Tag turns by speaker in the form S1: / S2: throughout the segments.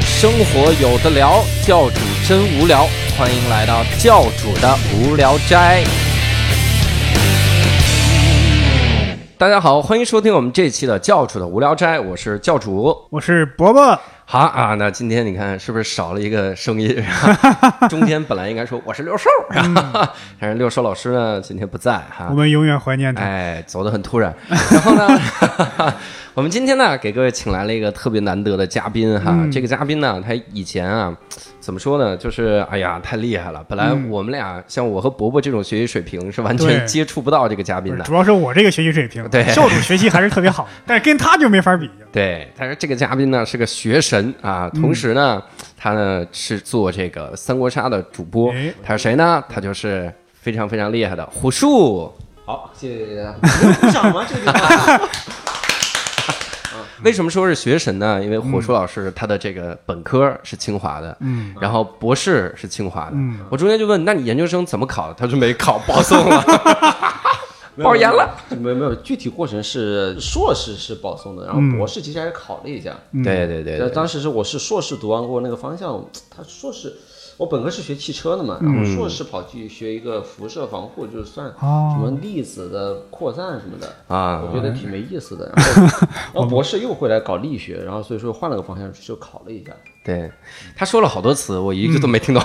S1: 生活有的聊，教主真无聊，欢迎来到教主的无聊斋。大家好，欢迎收听我们这期的教主的无聊斋，我是教主。
S2: 我是伯伯，
S1: 好啊，那今天你看是不是少了一个声音？中间本来应该说我是六兽， 但是六兽老师呢今天不在哈
S2: 我，们永远怀念 他。
S1: 哎，走得很突然。然后呢， 我们今天呢给各位请来了一个特别难得的嘉宾哈，这个嘉宾呢他以前啊怎么说呢，就是哎呀太厉害了，本来我们俩、像我和伯伯这种学习水平是完全
S2: 对
S1: 接触不到这个嘉宾的。
S2: 主要是我这个学习水平，
S1: 对
S2: 教主学习还是特别好，但是跟他就没法 比。啊
S1: 对，但是这个嘉宾呢是个学神啊，同时呢，他呢是做这个三国杀的主播
S2: 哎，
S1: 他是谁呢？他就是非常非常厉害的虎树。好，谢谢大家。
S3: 鼓掌吗？这个地方
S2: 嗯
S1: 为什么说是学神呢？因为火树老师他的这个本科是清华的，
S2: 嗯，
S1: 然后博士是清华的。
S2: 嗯
S1: 我中间就问，那你研究生怎么考的？他说没考，报送了， 报研了。，
S3: 没有没有，具体过程是硕士是保送的，然后博士其实还是考了一下。
S2: 嗯
S1: 对对对
S3: 但
S1: 对，
S3: 当时是我是硕士读完过那个方向，他硕士我本科是学汽车的嘛，然后硕士跑去学一个辐射防护，就是算
S2: 哦
S3: 什么粒子的扩散什么的
S1: 啊
S3: 我觉得挺没意思的。然后然后博士又回来搞力学，然后所以说换了个方向就考了一下。
S1: 对，他说了好多词，我一个都没听懂。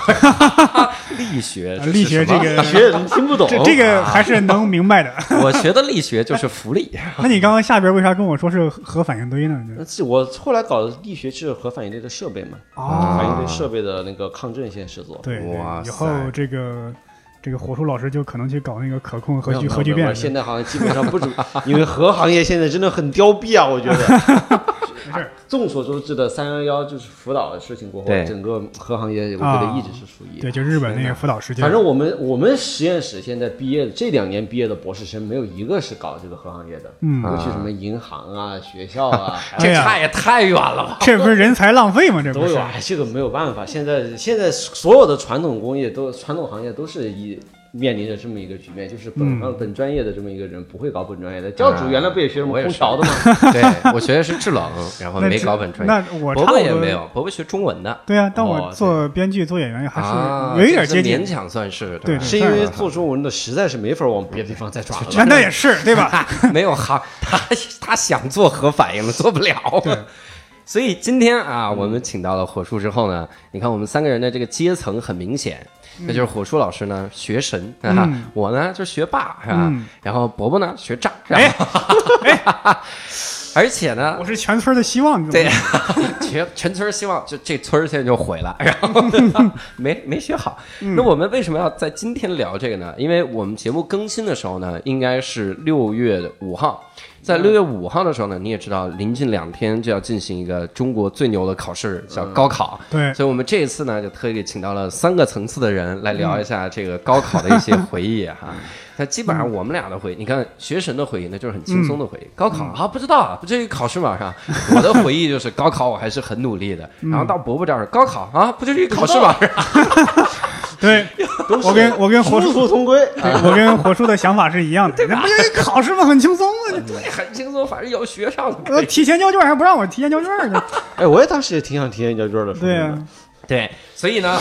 S1: 力学
S2: 啊，
S1: 是
S2: 力
S1: 什
S2: 学这
S1: 么
S2: 个，
S3: 学啊人听不懂，
S2: 这这个还是能明白 的。
S1: 我学的力学就是浮 力。
S2: 那你刚刚下边为啥跟我说是核反应堆呢？
S3: 那是我后来搞的力学是核反应堆的设备嘛，
S2: 哦
S3: 反应堆设备的那个抗震线制作。
S2: 对，
S1: 哇
S2: 对
S1: 塞
S2: 以后这个这个火树老师就可能去搞那个可控核
S3: 没有
S2: 聚
S3: 没有
S2: 核聚
S3: 没有
S2: 变。
S3: 现在好像基本上不主，因为核行业现在真的很凋敝啊，我觉得。啊众所周知的三幺幺就是福岛的事情过后
S1: 对，
S3: 整个核行业我觉得
S2: 啊
S3: 一直是属于。
S2: 对，就日本那个福岛事件。
S3: 反正我们我们实验室现在毕业这两年毕业的博士生，没有一个是搞这个核行业的，
S2: 嗯
S3: 都去什么银行啊、学校啊，还
S1: 这
S2: 对啊
S1: 差也太远了 吧！
S2: 这不是人才浪费吗？这
S3: 都
S2: 不是
S3: 有。哎，这个没有办法。现在现在所有的传统工业都传统行业都是一面临着这么一个局面，就是
S1: 嗯
S3: 本行、本专业的这么一个人不会搞本专业的。教主原来不也学什么
S1: 啊我也
S3: 空
S1: 是
S3: 调的吗？
S1: 对我学的是制冷，然后
S2: 那
S1: 没
S2: 这
S1: 搞本专业。
S2: 那我
S1: 伯
S2: 差
S1: 伯
S2: 不
S1: 也
S2: 多
S1: 没有，伯伯学中文的。
S2: 对啊，但
S1: 哦
S2: 我
S1: 对
S2: 做编剧、做演员还
S1: 啊，
S2: 是有一点
S1: 这
S2: 接
S1: 这勉
S2: 近。
S1: 强算是
S2: 对
S1: 吧
S2: 对
S3: 是因为做中文的实在是没法往别的地方再抓 了。
S2: 那那也是对 吧？
S1: 没有行，他他想做核反应了，做不了。所以今天啊，我们请到了火树之后呢，你看我们三个人的这个阶层很明显，那就是火树老师呢学神，啊
S2: 嗯
S1: 我呢就是学霸，是吧
S2: 嗯？
S1: 然后伯伯呢学渣，然
S2: 哎
S1: 后， 而且呢
S2: 我，是全村的希望，你知道
S1: 对
S2: 吗，
S1: 全全村希望就这村儿现在就毁了，然后呢没没学好。那我们为什么要在今天聊这个呢？因为我们节目更新的时候呢，应该是六月五号。在六月五号的时候呢，你也知道，临近两天就要进行一个中国最牛的考试，叫高考。
S2: 对
S1: 所以我们这一次呢，就特意请到了三个层次的人来聊一下这个高考的一些回忆
S2: 嗯
S1: 哈。那基本上我们俩的回忆，你看学神的回忆，那就是很轻松的回
S2: 嗯
S1: 忆。高考啊，不知道啊，不至于考试嘛， 是吧？我的回忆就是高考我还是很努力的，然后到伯伯这儿，高考啊，不就是一考试嘛，是吧？
S2: 对，
S3: 都是
S2: 我跟我跟火
S3: 殊
S2: 叔，
S3: 途同归。
S2: 对我跟火叔的想法是一样 的。那不就是考试吗？很轻松啊！
S1: 对，很轻松，反正有学上就可
S2: 我
S1: 以。
S2: 提前交卷还不让我提前交卷 呢。
S3: 哎，我也当时也挺想体验教卷的。说
S2: 对
S3: 真的
S2: 啊，
S1: 对，所以呢，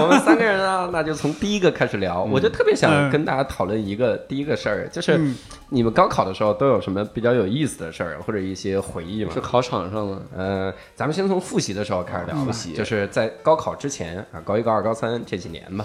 S1: 我们三个人呢，那就从第一个开始聊。我就特别想
S2: 嗯
S1: 跟大家讨论一个第一个事儿，就是
S2: 嗯
S1: 你们高考的时候都有什么比较有意思的事儿或者一些回忆吗
S3: 是？考场上的。
S1: 呃，咱们先从复习的时候开始聊吧，
S3: 嗯复习
S1: 就是在高考之前啊，高一、高二、高三这几年吧。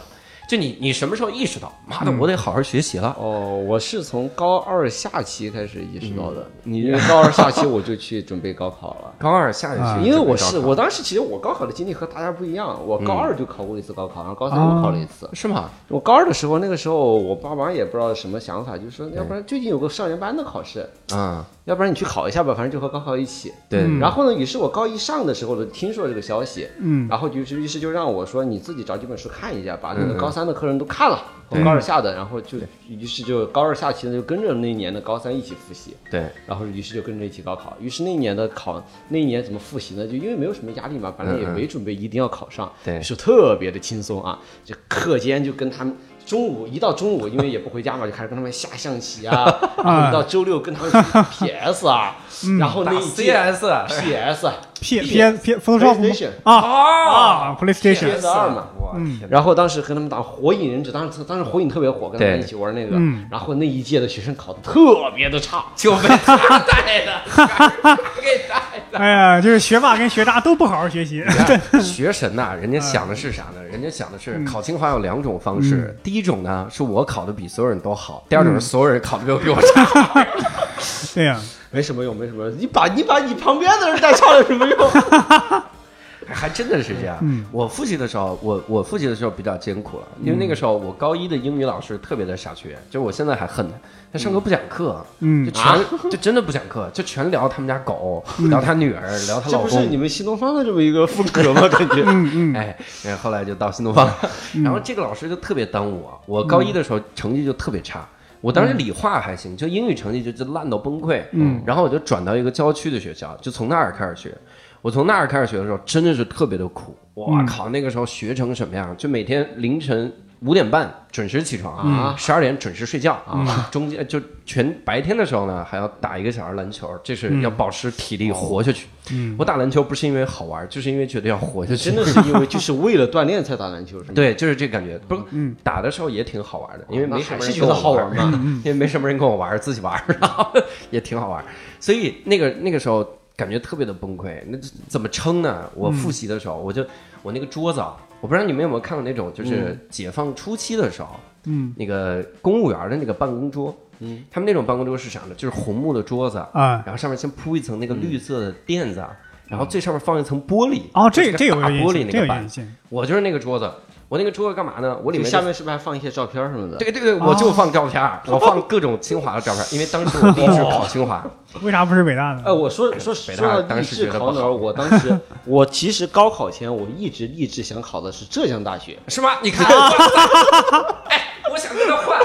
S1: 就你，你什么时候意识到，妈
S3: 嗯
S1: 的，我得好好学习了？
S3: 哦，我是从高二下期开始意识到的。
S1: 你
S3: 因为高二下期我就去准备高考 了。
S1: 高二下学期
S2: 啊
S1: 准备
S3: 因为我
S1: 高考嗯
S3: 是我当时其实我高考的经历和大家不一样，我高二就考过一次高考，然后高三
S1: 哦
S3: 又考了一次。
S1: 是吗？
S3: 我高二的时候，那个时候我爸妈也不知道什么想法，就说要不然最近有个少年班的考试，
S1: 啊，
S3: 要不然你去考一下吧，反正就和高考一起。
S1: 对，
S3: 然后呢，于是我高一上的时候就听说这个消息，
S2: 嗯
S3: 然后于是于是就让我说你自己找几本书看一下，把那个高三的课程都看了，和高二下的，然后就于是就高二下期呢就跟着那一年的高三一起复习。
S1: 对，
S3: 然后于是就跟着一起高考。于是那一年的考，那一年怎么复习呢？就因为没有什么压力嘛，本来也没准备一定要考上，
S1: 对
S3: 于是特别的轻松啊。就课间就跟他们中午一到中午，因为也不回家嘛，就 开始跟他们下象 棋啊，然后一到周六跟他们去 PS 啊，然后那
S1: 打
S3: 一届啊
S1: CS，
S3: PS
S2: 嗯 P P S P Photoshop 吗
S3: PlayStation
S2: 啊
S1: 啊
S2: 啊 PlayStation，
S3: PS 二嘛
S1: 我天哪，
S3: 然后当时和他们打《火影忍者》，当时当时《火影》特别火，跟他们
S1: 对
S3: 一起玩那个
S2: 嗯。
S3: 然后那一届的学生考的特别的差，
S1: 就被他带的，给带的。
S2: 哎呀，就是学霸跟学渣都不好好学习，
S1: 学神呐、人
S3: 嗯
S1: 家想的是啥呢？人家想的是考清华有两种方式，
S3: 嗯
S1: 第一种呢是我考的比所有人都好，第二种是所有人考的都比我差。
S2: 对呀，
S3: 没什么用，没什么用。你把你把你旁边的人带差有什么用？
S1: 还真的是这样。
S2: 嗯
S1: 我复习的时候，我我复习的时候比较艰苦了，因为那个时候我高一的英语老师特别的傻缺，就是我现在还恨他，他上课不讲课，
S2: 嗯
S1: 就全、就真的不讲课，就全聊他们家狗，聊他女儿，聊他
S3: 这
S1: 老
S3: 不是
S1: 公
S3: 你。们新东方的这么一个风格吗？感觉
S2: 嗯嗯，
S1: 哎，然后后来就到新东方了， 然后这个老师就特别耽误我。我高一的时候成绩就特别差，我当时理化还行，就英语成绩就就烂到崩溃。嗯，然后我就转到一个郊区的学校，就从那儿开始学。我从那儿开始学的时候，真的是特别的苦。我靠，那个时候学成什么样？就每天凌晨五点半准时起床啊，十二点准时睡觉啊，中间就全白天的时候呢，还要打一个小时篮球，这是要保持体力活下去。我打篮球不是因为好玩，就是因为觉得要活下去。
S3: 真的是因为就是为了锻炼才打篮
S2: 嗯
S3: 球，是吗？
S1: 对，就是这感觉。不是，打的时候也挺好玩的，因为没什么
S3: 哦那还
S1: 人
S3: 是
S1: 跟
S3: 觉
S1: 我
S3: 得好玩嘛
S1: 嘛， 因为没什么人跟我玩，自己玩，然后 也挺好玩。所以那个那个时候感觉特别的崩溃，那怎么撑呢？
S2: 嗯
S1: 我复习的时候，我就我那个桌子，啊，我不知道你们有没有看过那种，就是解放初期的时候，
S2: 嗯，
S1: 那个公务员的那个办公桌，嗯，他们那种办公桌是啥呢？就是红木的桌子，
S2: 啊，
S1: 然后上面先铺一层那
S3: 嗯
S1: 个绿色的垫子，啊然后最上面放一层玻璃。
S2: 哦，这
S1: 就是个
S2: 这有
S1: 大玻
S2: 印
S1: 璃
S2: 象，
S1: 那
S2: 这有
S1: 个板
S2: 印。象，
S1: 我就是那个桌子，我那个桌子干嘛呢？我里面
S3: 就
S1: 就
S3: 下面是不是还放一些照片什么的？
S1: 对对对，我就放照片儿，我放各种清华的照片儿，因为当时我第一次考清华，
S2: 为啥不是北大
S3: 哎，
S1: 哦
S2: 呢？
S3: 我说说
S1: 北
S3: 说
S1: 大
S3: 到
S1: 当
S3: 励
S1: 时
S3: 志
S1: 觉得
S3: 考
S1: 不
S3: 哪
S1: 好
S3: 儿，我当时我其实高考前我一直励志想考的是浙江大学，
S1: 是吗？你看，哎，我想跟他换，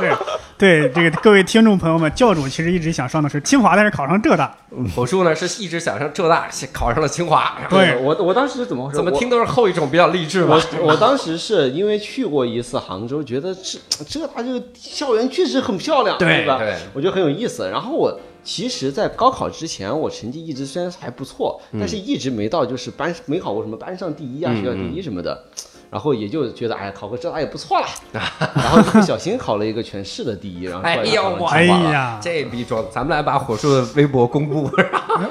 S2: 对对，这个各位听众朋友们，教主其实一直想上的是清华，但是考上浙大，
S1: 火树呢是一直想上浙大，考上了清华，然后
S2: 对
S3: 我我当时是怎么回事？
S1: 怎么
S3: 我
S1: 听都是后一种比较励志吧
S3: 我？我当时是因为去过一次杭州，觉得这浙大这个校园确实很漂亮，
S1: 对
S3: 吧
S1: 对？
S3: 我觉得很有意思。然后我其实，在高考之前，我成绩一直虽然还不错，但
S1: 嗯
S3: 是一直没到就是班没考过什么班上第一啊、学校第一什么的。然后也就觉得，哎，考个浙大也不错啦。然后就不小心考了一个全市的第一，然后
S1: 哎
S3: 后来
S1: 呀，
S3: 考了
S1: 我
S2: 哎呀
S1: 这逼装，咱们来把火树的微博公布，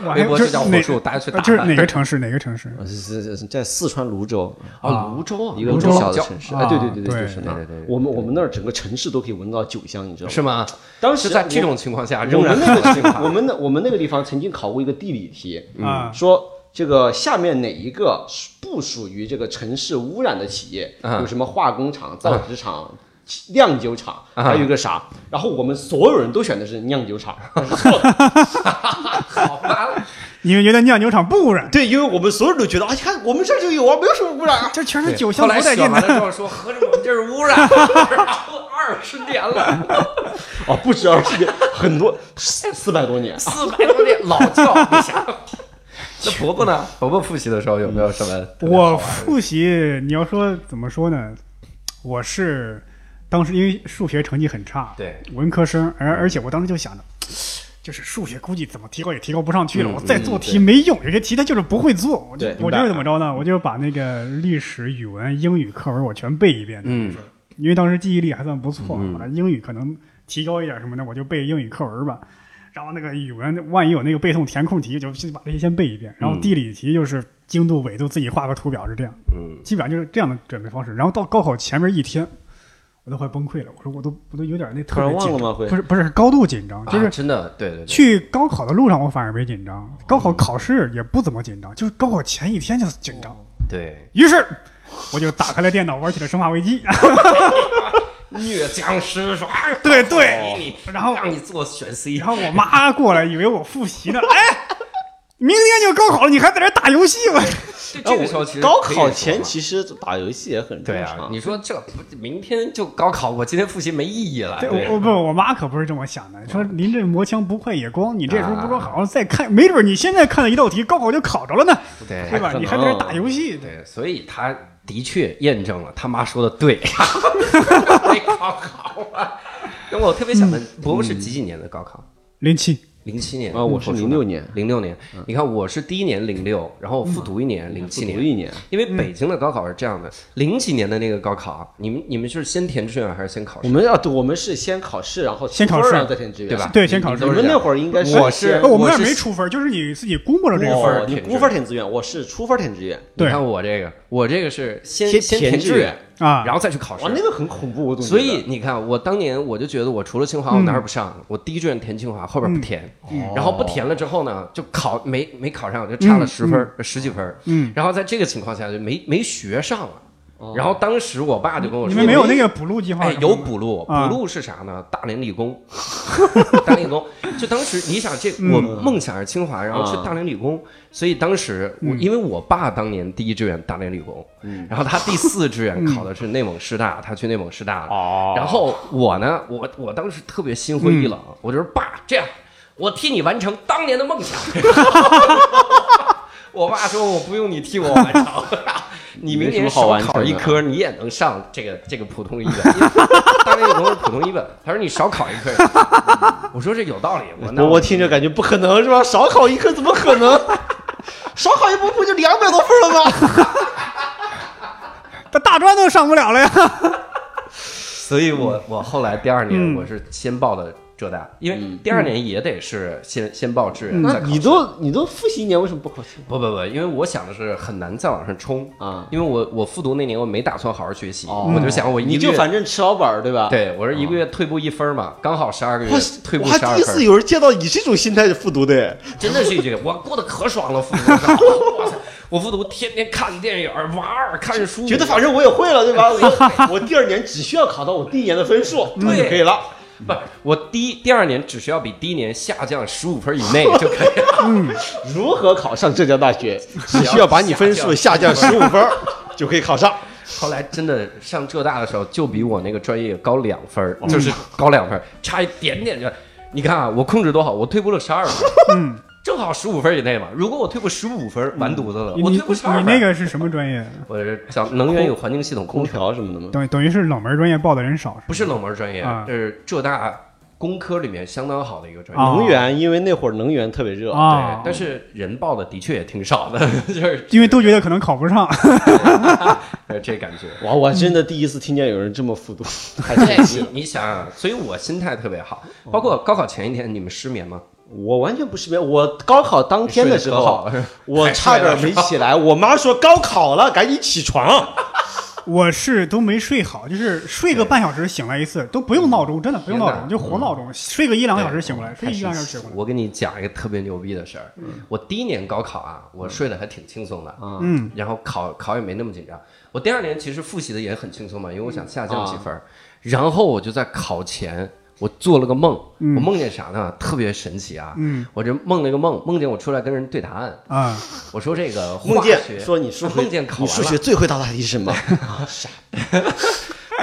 S2: 我还
S1: 微博就
S2: 就
S1: 是叫火
S2: 哪
S1: 树，大家去打
S2: 呃就是
S1: 吧
S2: 哪个城市？哪个城市？
S3: 呃是是是在四川泸州
S1: 啊，泸州啊，
S3: 一个
S1: 泸
S3: 不
S1: 州
S3: 小的
S1: 叫
S3: 城市，
S2: 啊
S3: 哎，对对对
S2: 对
S3: 就是那
S1: 对对对。
S3: 我们我们那儿整个城市都可以闻到酒香，你知道吗？
S1: 是吗？
S3: 当
S1: 是
S3: 时
S1: 在这
S3: 我
S1: 种情况下
S3: 我
S1: 仍然
S3: 们那
S1: 考
S3: 个
S1: 清华
S3: 地，我们那我们那个地方曾经考过一个地理题，
S1: 嗯
S2: 啊
S3: 说这个下面哪一个是不属于这个城市污染的企业？
S1: 嗯
S3: 有什么化工厂、造
S1: 啊
S3: 纸厂、酿酒厂，还有一个啥？然后我们所有人都选的是酿 酒厂，但是错的
S1: 好吧，
S2: 你们觉得酿酒厂不污染？
S3: 对，因为我们所有人都觉得，啊，你看我们这儿就有啊，没有什么污染啊。
S2: 这全是
S1: 对
S2: 酒
S1: 后
S2: 香
S1: 来
S2: 不带
S1: 选
S2: 劲
S1: 完了之
S2: 的。
S1: 后说，合着我们这是污染，二十年了，
S3: 哦，不止二十年，很多 四四百多年。
S1: 四百多年老教，你想。那伯伯呢？伯伯复习的时候有没有什么？
S2: 我复习，你要说怎么说呢？我是当时因为数学成绩很差，
S1: 对，嗯
S2: 文科生，而而且我当时就想着。就是数学估计怎么提高也提高不上去了，
S1: 嗯
S2: 我再做
S3: 嗯
S2: 题没用，有些题他就是不会做。我就
S3: 对
S2: 我
S3: 明白
S2: 就是怎么着呢？我就把那个历史、语文、英语课文我全背一遍，
S1: 嗯，
S2: 因为当时记忆力还算不错，啊英语可能提高一点什么的，我就背英语课文吧。然后那个语文，万一有那个背诵填空题，就就把这些先背一遍。然后地理题就是经度、纬度自己画个图表，是这样。
S1: 嗯，
S2: 基本上就是这样的准备方式。然后到高考前面一天，我都快崩溃了。我说我都我都有点那特
S3: 突然
S2: 别
S3: 忘
S2: 紧
S3: 了
S2: 张，
S3: 吗？会
S2: 不是不是是高度紧张，就是
S1: 啊真的，对对对，
S2: 去高考的路上我反而没紧张，高考考试也不怎么紧张，就是高考前一天就紧张。
S3: 哦
S1: 对
S2: 于是我就打开了电脑，玩起了《生化危机》。
S3: 哦
S1: 虐僵尸说，哎
S2: 对对
S3: 哦
S1: 我给你
S2: 然后
S1: 让你做选 C，
S2: 然后我妈过来，以为我复习呢，哎，明天就高考了，你还在这儿打游 戏吗？
S1: 这
S3: 然
S1: 这
S3: 后
S1: 个时候其实
S3: 高
S1: 可以
S3: 考
S1: 说
S3: 前
S1: 嘛
S3: 其实打游戏也很正
S1: 对啊
S3: 常，。
S1: 你说这不明天就高考，我今天复习没意义了。
S2: 对，我我不，我妈可不是这么想的，说临阵磨枪不快也光，你这时候不说
S1: 嗯啊
S2: 好好再看，没准你现在看了一道题，高考就考着了呢，
S1: 对
S2: 对吧？
S3: 可能
S2: 你还在这儿打游戏，
S1: 对，所以他的确验证了他妈说的 对，
S2: 嗯
S1: 没考好啊。那我特别想问，伯伯是几几年的高考？
S2: 零七
S1: 零七年嗯
S3: 啊我是
S1: 我出的
S3: 06年
S1: 零六年。你看，我是第一年零六，然后复读一年零七
S3: 复
S1: 年
S3: 读，一年，
S1: 因为北京的高考是这样的，零几年的那个高考，你们你们是先填志愿还是先考
S3: 我
S1: 试？
S3: 们要对，我们是先考试，然后
S2: 先考
S3: 出分儿
S2: 试
S3: 然后再填志愿，
S1: 对吧
S2: 对，先考
S1: 你
S2: 试
S3: 你。们那会儿应该是
S1: 我是
S3: 先
S2: 呃我
S1: 我
S2: 们这儿
S1: 是
S2: 没出分儿，就是你自己公布了这个分
S1: 我
S2: 儿。
S3: 哦，你估分儿填志愿，我是出分儿填志愿，
S1: 你
S2: 对
S1: 看我这个，我这个是先
S3: 先
S1: 先
S3: 填
S1: 填
S3: 志
S1: 志
S3: 愿
S1: 愿，
S2: 啊
S1: 然后再去考试
S3: 哇，。那个很恐怖，我总觉
S1: 所
S3: 得
S1: 以你看，我当年我就觉得，我除了清华，我哪儿也不上。我第一志愿填清华，后边不填，然后不填了之后呢，就考没没考上，我就差了十分、儿十几分儿。
S2: 嗯
S1: 然后在这个情况下就没没学上了。然后当时我爸就跟我
S2: 你
S1: 说：“
S2: 们没有那个补录计划
S1: 哎
S2: 什，么的？
S1: 有补录，
S2: 啊
S1: 补录是啥呢？大连理工， 大连理工。就当时你想这，我
S2: 嗯
S1: 梦想是清华，然后去大连理工，所以当时
S2: 嗯
S1: 我因为我爸当年第一志愿大连理工，然后他第四志
S2: 嗯
S1: 愿考的是内蒙师大，他去内蒙师
S2: 哦
S1: 大
S3: 哦
S1: 了。然后我呢，我我当时特别心灰意冷，我就说爸，这样我替你完成当年的梦想。我爸说我不用你替我完成，你明年少考一科，你也能上这个这个普通一本。当年有同是普通一本，他说你少考一科也行。我说这有道理，我那
S3: 我我听着感觉不可能是吧？少考一科怎么可能？ 少考一科不就两百多分了吗？
S2: 他大专都上不 了了呀。
S1: 所以我我后来第二年我是先报的浙大，因为第二年也得是先先报志愿
S3: 那
S1: 再考
S3: 你
S1: 试。
S3: 都你都复习一年，为什么不考清
S1: 不不不，因为我想的是很难再往上冲
S3: 啊
S1: 因为我我复读那年我没打算好好学习，
S3: 哦
S1: 我就想我一
S3: 你
S1: 个
S3: 就
S1: 月
S3: 反正吃老本儿对吧？。
S1: 对我是一个月退步一分嘛，刚好十二个月
S3: 我
S1: 退步
S3: 我还
S1: 十二
S3: 第一次
S1: 分，
S3: 有人见到以这种心态复读 的，
S1: 真的是这个，我过得可爽了，复 读，哇塞，我复读天天看电影玩儿看书，
S3: 觉得反正我也会了，对吧？ 我我第二年只需要考到我第一年的分数，
S2: 嗯
S3: 那就可以了。
S1: 不，我第一第二年只需要比第一年下降十五分以 内就可以了。
S3: 如何考上浙江大学？
S1: 嗯
S3: 只需要把你分数下降十五分儿就可以考上。
S1: 后来真的上浙大的时候，就比我那个专业高两分儿，
S3: 哦
S1: 就是高两分儿，差一点点就。你看啊，我控制多好，我退步了十二分，
S2: 嗯，
S1: 正好十五分以内嘛。如果我退步十五分，完犊子了。
S2: 你
S1: 我
S2: 嗯你
S1: 退步十二
S2: 你
S1: 分，
S2: 那个是什么专业？
S1: 我是讲能源与环境系统空调，
S3: 调什么的吗？
S2: 等于等于是冷门专业报的人少，
S1: 不是冷门专业，
S2: 啊
S1: 这是浙大工科里面相当好的一个专业。
S2: 啊
S3: 能源，因为那会儿能源特别热，
S2: 啊
S1: 对，，但是人报的的确也挺少的， 就是
S2: 因为都觉得可能考不上。
S1: 呃这感 觉。
S3: 哇，我真的第一次听见有人这么复读，太
S1: 对
S3: 神奇了！
S1: 你你想想，所以我心态特别好。包括高考前一天，你们失眠吗？
S3: 我完全不识别。我高考当天的时候
S1: 睡得可好，啊
S3: 我差点没起来。我妈说高考了，赶紧起床。
S2: 我是都没睡好，就是睡个半小时醒来一次，都不用闹钟，真的不用闹
S1: 天
S2: 钟，
S1: 哪
S2: 就活闹钟，睡个一两个小时
S1: 对
S2: 醒过来，
S1: 嗯
S2: 睡一两个小时醒过来。
S1: 我跟你讲一个特别牛逼的事儿。
S3: 嗯
S1: 我第一年高考啊，我睡得还挺轻松的，
S2: 嗯，
S1: 然后考考也没那么紧张。我第二年其实复习的也很轻松嘛，因为我想下
S3: 嗯
S1: 降几分儿。然后我就在考前，我做了个梦，我梦见啥呢？特别神奇啊！
S2: 嗯
S1: 我这梦了一个梦，梦见我出来跟人对答案。
S2: 啊，
S1: 我说这个
S3: 梦
S1: 化
S3: 见
S1: 学，啊
S3: 说你数学，
S1: 梦见考
S3: 你
S1: 完
S3: 数
S1: 了
S3: 学最会答的题是什么？啊，傻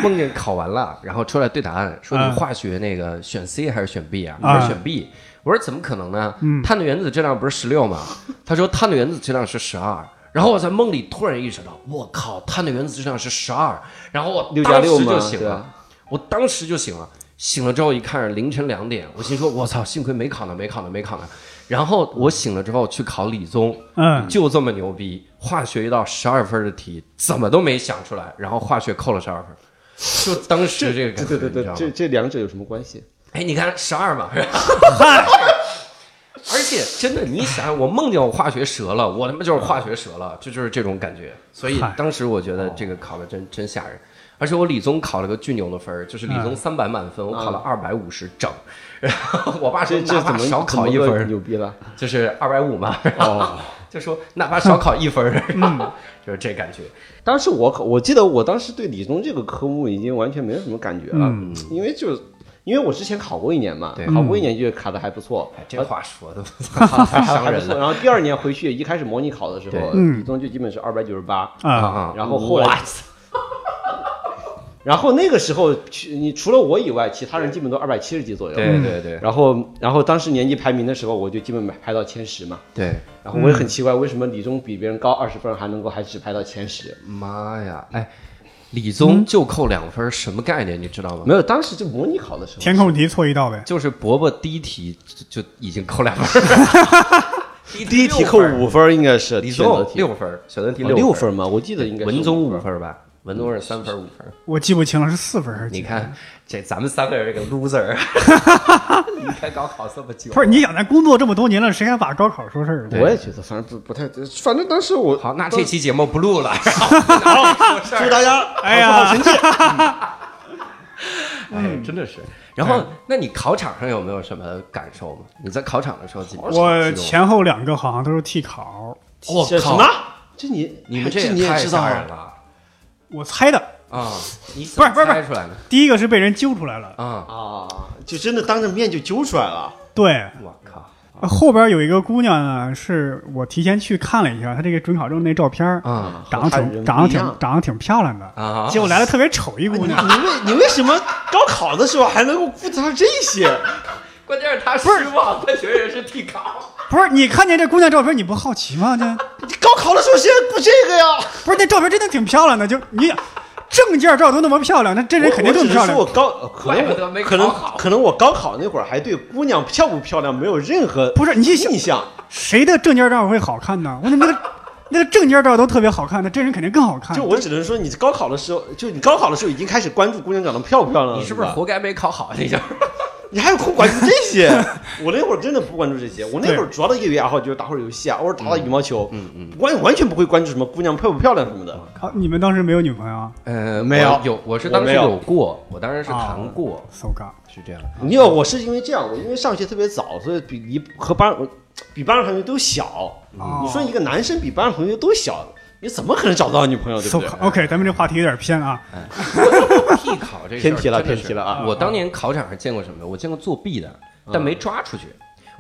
S1: 梦见考完了，然后出来对答案，说
S2: 啊
S1: 你化学那个选 C 还是选 B 啊？
S2: 啊嗯
S1: 我说选 B。我说怎么可能呢？碳的原子质量不是十六吗？他说碳的原子质量是十二。然后我在梦里突然意识到，我靠，碳的原子质量是十二。然后我
S3: 6加
S1: 当
S3: 6
S1: 时
S3: 嘛
S1: 就醒
S3: 对啊
S1: 了
S3: 吧，
S1: 我当时就醒了。醒了之后一看凌晨两点，我心说我操，幸亏没考呢，没考呢，没考呢。然后我醒了之后去考理综，
S2: 嗯
S1: 就这么牛逼，化学一道十二分的题怎么都没想出来，然后化学扣了十二分，就当时这个感觉，
S3: 对对
S1: 你
S3: 对
S1: 知道
S3: 对，
S1: 吗
S3: 这这两者有什么关系？
S1: 哎，你看十二嘛，是吧 而且真的，你想，我梦见我化学折了，我他妈就是化学折了，这就是这种感觉。所以
S2: 嗨
S1: 当时我觉得
S3: 哦
S1: 这个考的真真吓人，而且我理综考了个巨牛的分儿，就是
S3: 嗯
S1: 理综三百满分，我考了二百五十整。 然后我爸说，
S3: 这
S1: 哪
S3: 这怎
S1: 怕
S3: 么
S1: 少考一
S3: 怎么
S1: 分
S3: 个
S1: 儿，
S3: 牛逼了？
S1: 就是二百五嘛。
S3: 哦。 嗯
S1: 就说哪怕少考一分儿，就是这感觉。
S3: 当时我考，我记得我当时对理综这个科目已经完全没有什么感觉了，因为就是因为我之前考过一年嘛
S1: 嗯对，嗯
S3: 考过一年就考的还不错，
S1: 哎，这话说 的，
S3: 考呃还
S1: 伤
S3: 还不
S1: 人
S3: 错。
S1: 了
S3: 然后第二年回去，一开始模拟考的时
S1: 对嗯
S3: 候，理综就基本是二百九十八，
S2: 啊，
S1: 啊！
S3: 然后后来，然后那个时候去，你除了我以外，其他人基本都二百七十几左右。
S1: 对对对
S3: 然后，然后当时年级排名的时候，我就基本排排到前十嘛。
S1: 对，
S3: 然后
S1: 嗯
S3: 我也很奇怪，为什么理综比别人高二十分，还能够还只排到前十？
S1: 妈呀！哎，理综就扣两分儿，什么概念？你知道吗？
S3: 嗯没有，当时就模拟考的时候，
S2: 填空题错一道呗。
S1: 就是伯伯第一题就就已经扣两分儿 了，
S3: 第一题扣
S1: 六分儿
S3: 五分儿应该是
S1: 理
S3: 选
S1: 综
S3: 择题
S1: 六分儿，选择题
S3: 哦
S1: 分
S3: 六
S1: 儿，
S3: 分儿吗？我记得应该是
S1: 文综五分儿吧，文综是三分儿五分儿。
S2: 我记不清了，是四分还是几
S1: 你
S2: 分？
S1: 看这咱们三个人这个 loser，离开高考这么久，
S2: 不是你想咱工作这么多年了，谁还把高考说事儿呢？
S3: 我也觉得，反正不不太，反正当时我
S1: 好，那这期节目不录了，然后然后出事儿
S3: 祝大家
S2: 哎呀，
S1: 哎，真的是。然后，那你考场上有没有什么感受吗？你在考场的时候紧张
S2: 我
S1: 激动吗
S2: 前后两个好像都是替考，
S1: 我
S3: 这什
S1: 靠
S3: 么？这你
S1: 你哎们这
S3: 你
S1: 也
S3: 也
S1: 太
S3: 知道
S1: 吓
S3: 啊
S1: 人了
S2: 我猜的。
S1: 啊！你
S2: 不是不是不是
S1: 猜出来的
S2: 第一个是被人揪出来了，
S1: 啊！
S3: 啊？就真的当着面就揪出来了。
S2: 对。
S1: 我靠
S2: 后边有一个姑娘呢，是我提前去看了一下她这个准考证那照片儿，
S1: 啊
S2: 长得
S3: 和他
S2: 挺
S3: 人
S2: 长得
S3: 不一样嗯
S2: 挺长得挺漂亮的，
S1: 啊！
S2: 结果来了特别丑一姑
S3: 你
S2: 娘。
S3: 你为你为什么高考的时候还能够顾得上这些？
S1: 关键是他失望，他觉得是替考。
S2: 不是你看见这姑娘照片你不好奇吗？这
S3: 你高考的时候谁还顾这个呀？
S2: 不是那照片真的挺漂亮的，就你证件照都那么漂亮，那真人肯定
S3: 我
S2: 更
S3: 我只
S2: 漂
S3: 是说
S2: 亮
S3: 我。高，可
S1: 怪不得
S3: 能
S1: 没
S3: 我
S1: 考
S3: 可能
S1: 好
S3: 可能我高考那会儿还对姑娘漂不漂亮没有任何
S2: 不是你想
S3: 印象。
S2: 谁的证件照会好看呢？我那那个那个证件照都特别好看，那真人肯定更好看。
S3: 就我只能说，你高考的时候，就你高考的时候已经开始关注姑娘长得漂不漂亮了。
S1: 你是不是
S3: 吧
S1: 活该没考好？你就是
S3: 你还有空关注这 些？我那会儿真的不关注这些，我那会儿主要的业余爱好就是打会儿游戏啊，偶尔打打羽毛球，嗯嗯，完完全不会关注什么姑娘漂不漂亮什么的。
S1: 嗯
S2: 啊，你们当时没有女朋友啊
S1: 呃，
S3: 没有
S1: 我有，我是当
S3: 我
S1: 时
S3: 没有啊
S1: 有过，我当时是谈过，
S2: ？So god，
S1: 是这样。
S3: 你有，我是因为这样，我因为上学特别早，所以比离和班我比班上同学都小。
S2: 哦
S1: 嗯
S3: 你说一个男生比班上同学都小，你怎么可能找不到女朋友，对
S2: so
S3: 不对？
S2: god。OK，咱们这话题有点偏啊。
S1: 替考这事儿
S3: 偏题了
S1: 真的是嗯
S3: 偏题了啊
S1: 我当年考场上见过什么？我见过作弊的，但没抓出去。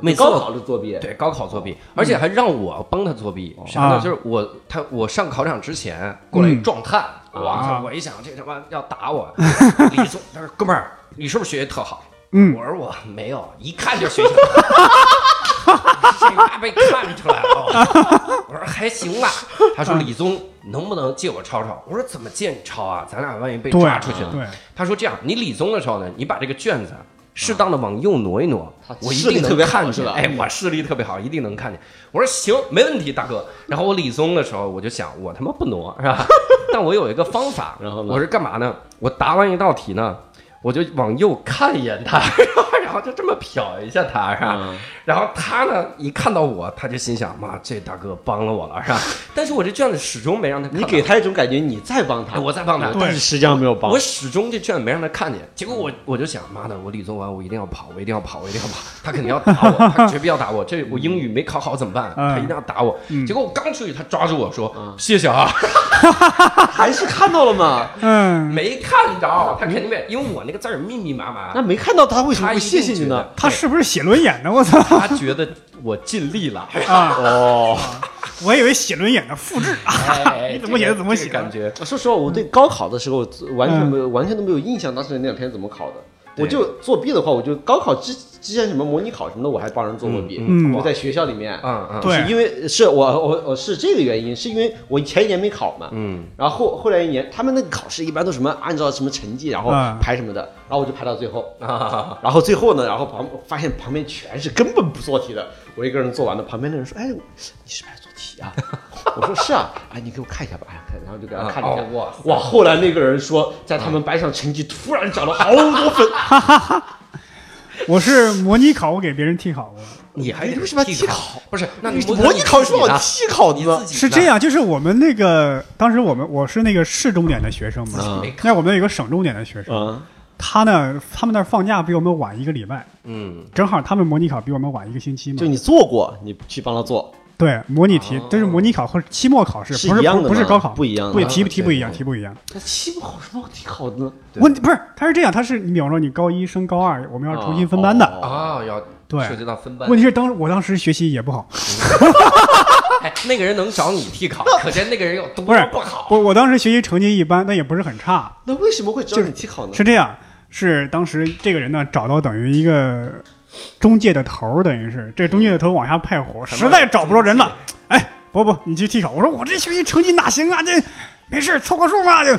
S1: 每
S3: 你
S1: 次
S3: 高
S1: 我
S3: 考是作弊，
S1: 对高考作弊，而且还让我帮他作弊，啥
S2: 啊
S1: 呢？就是我他我上考场之前过来一壮汉，
S2: 啊
S1: 哇！我一想这他妈要打 我，李宗他说哥们儿，你是不是学习特好？
S2: 嗯
S1: 我说我没有，一看就学习好。 这妈被看出来了， 我说还行吧。他
S2: 啊
S1: 说李宗能不能借我抄抄？我说怎么借你抄啊？咱俩万一被
S2: 对
S1: 抓出去了。
S2: 对，
S1: 他说这样，你理综的时候呢，你把这个卷子啊适当的往右挪一挪
S3: 他，
S1: 我一
S3: 啊视力
S1: 定
S3: 特
S1: 能
S3: 别好
S1: 看
S3: 是
S1: 见。
S3: 吧
S1: 哎，我视力特别好，一定能看见。我说行，没问题，大哥。然后我理综的时候，我就想，我他妈不挪是吧？ 但我有一个方法，
S3: 然后呢
S1: 我是干嘛呢？我答完一道题呢，我就往右看一眼他， 然后然后就这么瞟一下他，是吧？
S3: 嗯
S1: 然后他呢，一看到我，他就心想：妈，这大哥帮了我了，是吧？ 但是我这卷子始终没让他看
S3: 你
S1: 到
S3: 给啊他一种感觉你在帮
S1: 哎
S3: 他，
S1: 我在帮他，
S3: 但是实际上没有帮
S1: 我。始终这卷没让他看见，结果我我就想，妈的，我理综完我一定要跑，我一定要跑，我一定要跑，他肯定要打我，他绝逼要打我，这我英语没考好怎么办？
S2: 嗯
S1: 他一定要打我。结果我刚出去，他抓住我说：“谢谢啊，
S3: 还是看到了 嘛？
S2: 嗯，
S1: 没看着。”他肯定没，因为我那个字儿密密麻麻
S3: 那，没看到嗯他为什么
S1: 他
S3: 不
S1: 一
S3: 谢谢
S1: 定
S3: 你
S1: 觉
S3: 呢
S1: 得？
S2: 他是不是写轮眼呢？我操
S1: 他觉得我尽力了，哎
S2: 啊！
S3: 哦，
S2: 我以为写轮眼呢，复制 啊，
S1: 哎
S2: 你怎么写的
S1: 这个
S2: 怎么写
S1: 这个感觉
S3: 说实话，我对高考的时候完全没有、完全都没有印象，当时那两天怎么考的。
S1: 对
S3: 我就作弊的话，我就高考之之前什么模拟考什么的，我还帮人做过弊。
S2: 嗯嗯
S3: 我在学校里面，
S1: 嗯嗯
S2: 对
S3: 是因为是我我我是这个原因，是因为我前一年没考嘛，
S1: 嗯，
S3: 然后后后来一年他们那个考试一般都什么按照什么成绩然后
S2: 嗯
S3: 排什么的，然后我就排到最后，
S1: 啊，
S3: 然后最后呢，然后旁发现旁边全是根本不做题的，我一个人做完了。旁边的人说：“哎，你是不是在做题啊？” 我说：“是啊。”哎，你给我看一下吧。哎，看，然后就给他看了一下
S1: 啊哦。哇
S3: 哇！后来那个人说，在他们班上成绩突然涨了好多分。
S2: 我是模拟考，我给别人替考过。
S1: 你还
S3: 你为什么要
S1: 替
S3: 替考？
S1: 不是，那
S3: 你
S1: 你
S3: 模拟考是
S1: 我
S3: 往替考的
S1: 你
S3: 吗
S1: 自？己
S2: 是
S1: 呢
S2: 这，样，就是我们那个当时我们我是那个市重点的学生嘛
S1: 嗯，
S2: 那我们有一个省重点的学生，
S3: 嗯，
S2: 他呢，他们那儿放假比我们晚一个礼拜，
S1: 嗯，
S2: 正好他们模拟考比我们晚一个星期嘛
S3: 就。你做过，你去帮他做，
S2: 对，模拟题都是模拟考和期末考试，
S3: 是
S2: 不是
S3: 一样的
S2: 不
S3: 吗
S2: 不是高考，
S3: 不一样的
S2: 对
S3: 啊
S2: 题题不一样，
S1: 对
S2: 题不一样。
S3: 那期末考什么替考的呢？
S1: 对
S2: 问题不是，他是这样，他是你比方说你高一升高二，我们要重新分班的。
S3: 哦
S1: 啊，要
S2: 对
S1: 涉及到分班
S2: 问。题是当我当时学习也不好，
S1: 哎，那个人能找你替考，可见那个人有多
S2: 不是
S1: 不好。
S2: 我我当时学习成绩一般，但也不是很差。
S3: 那为什么会找你替考呢？
S2: 是这样，是当时这个人呢找到等于一个中介的头儿，等于是这中介的头往下派活，实在找不着人了。哎，伯伯，你去替考。我说我这学习成绩哪行啊？这没事，凑个数嘛就，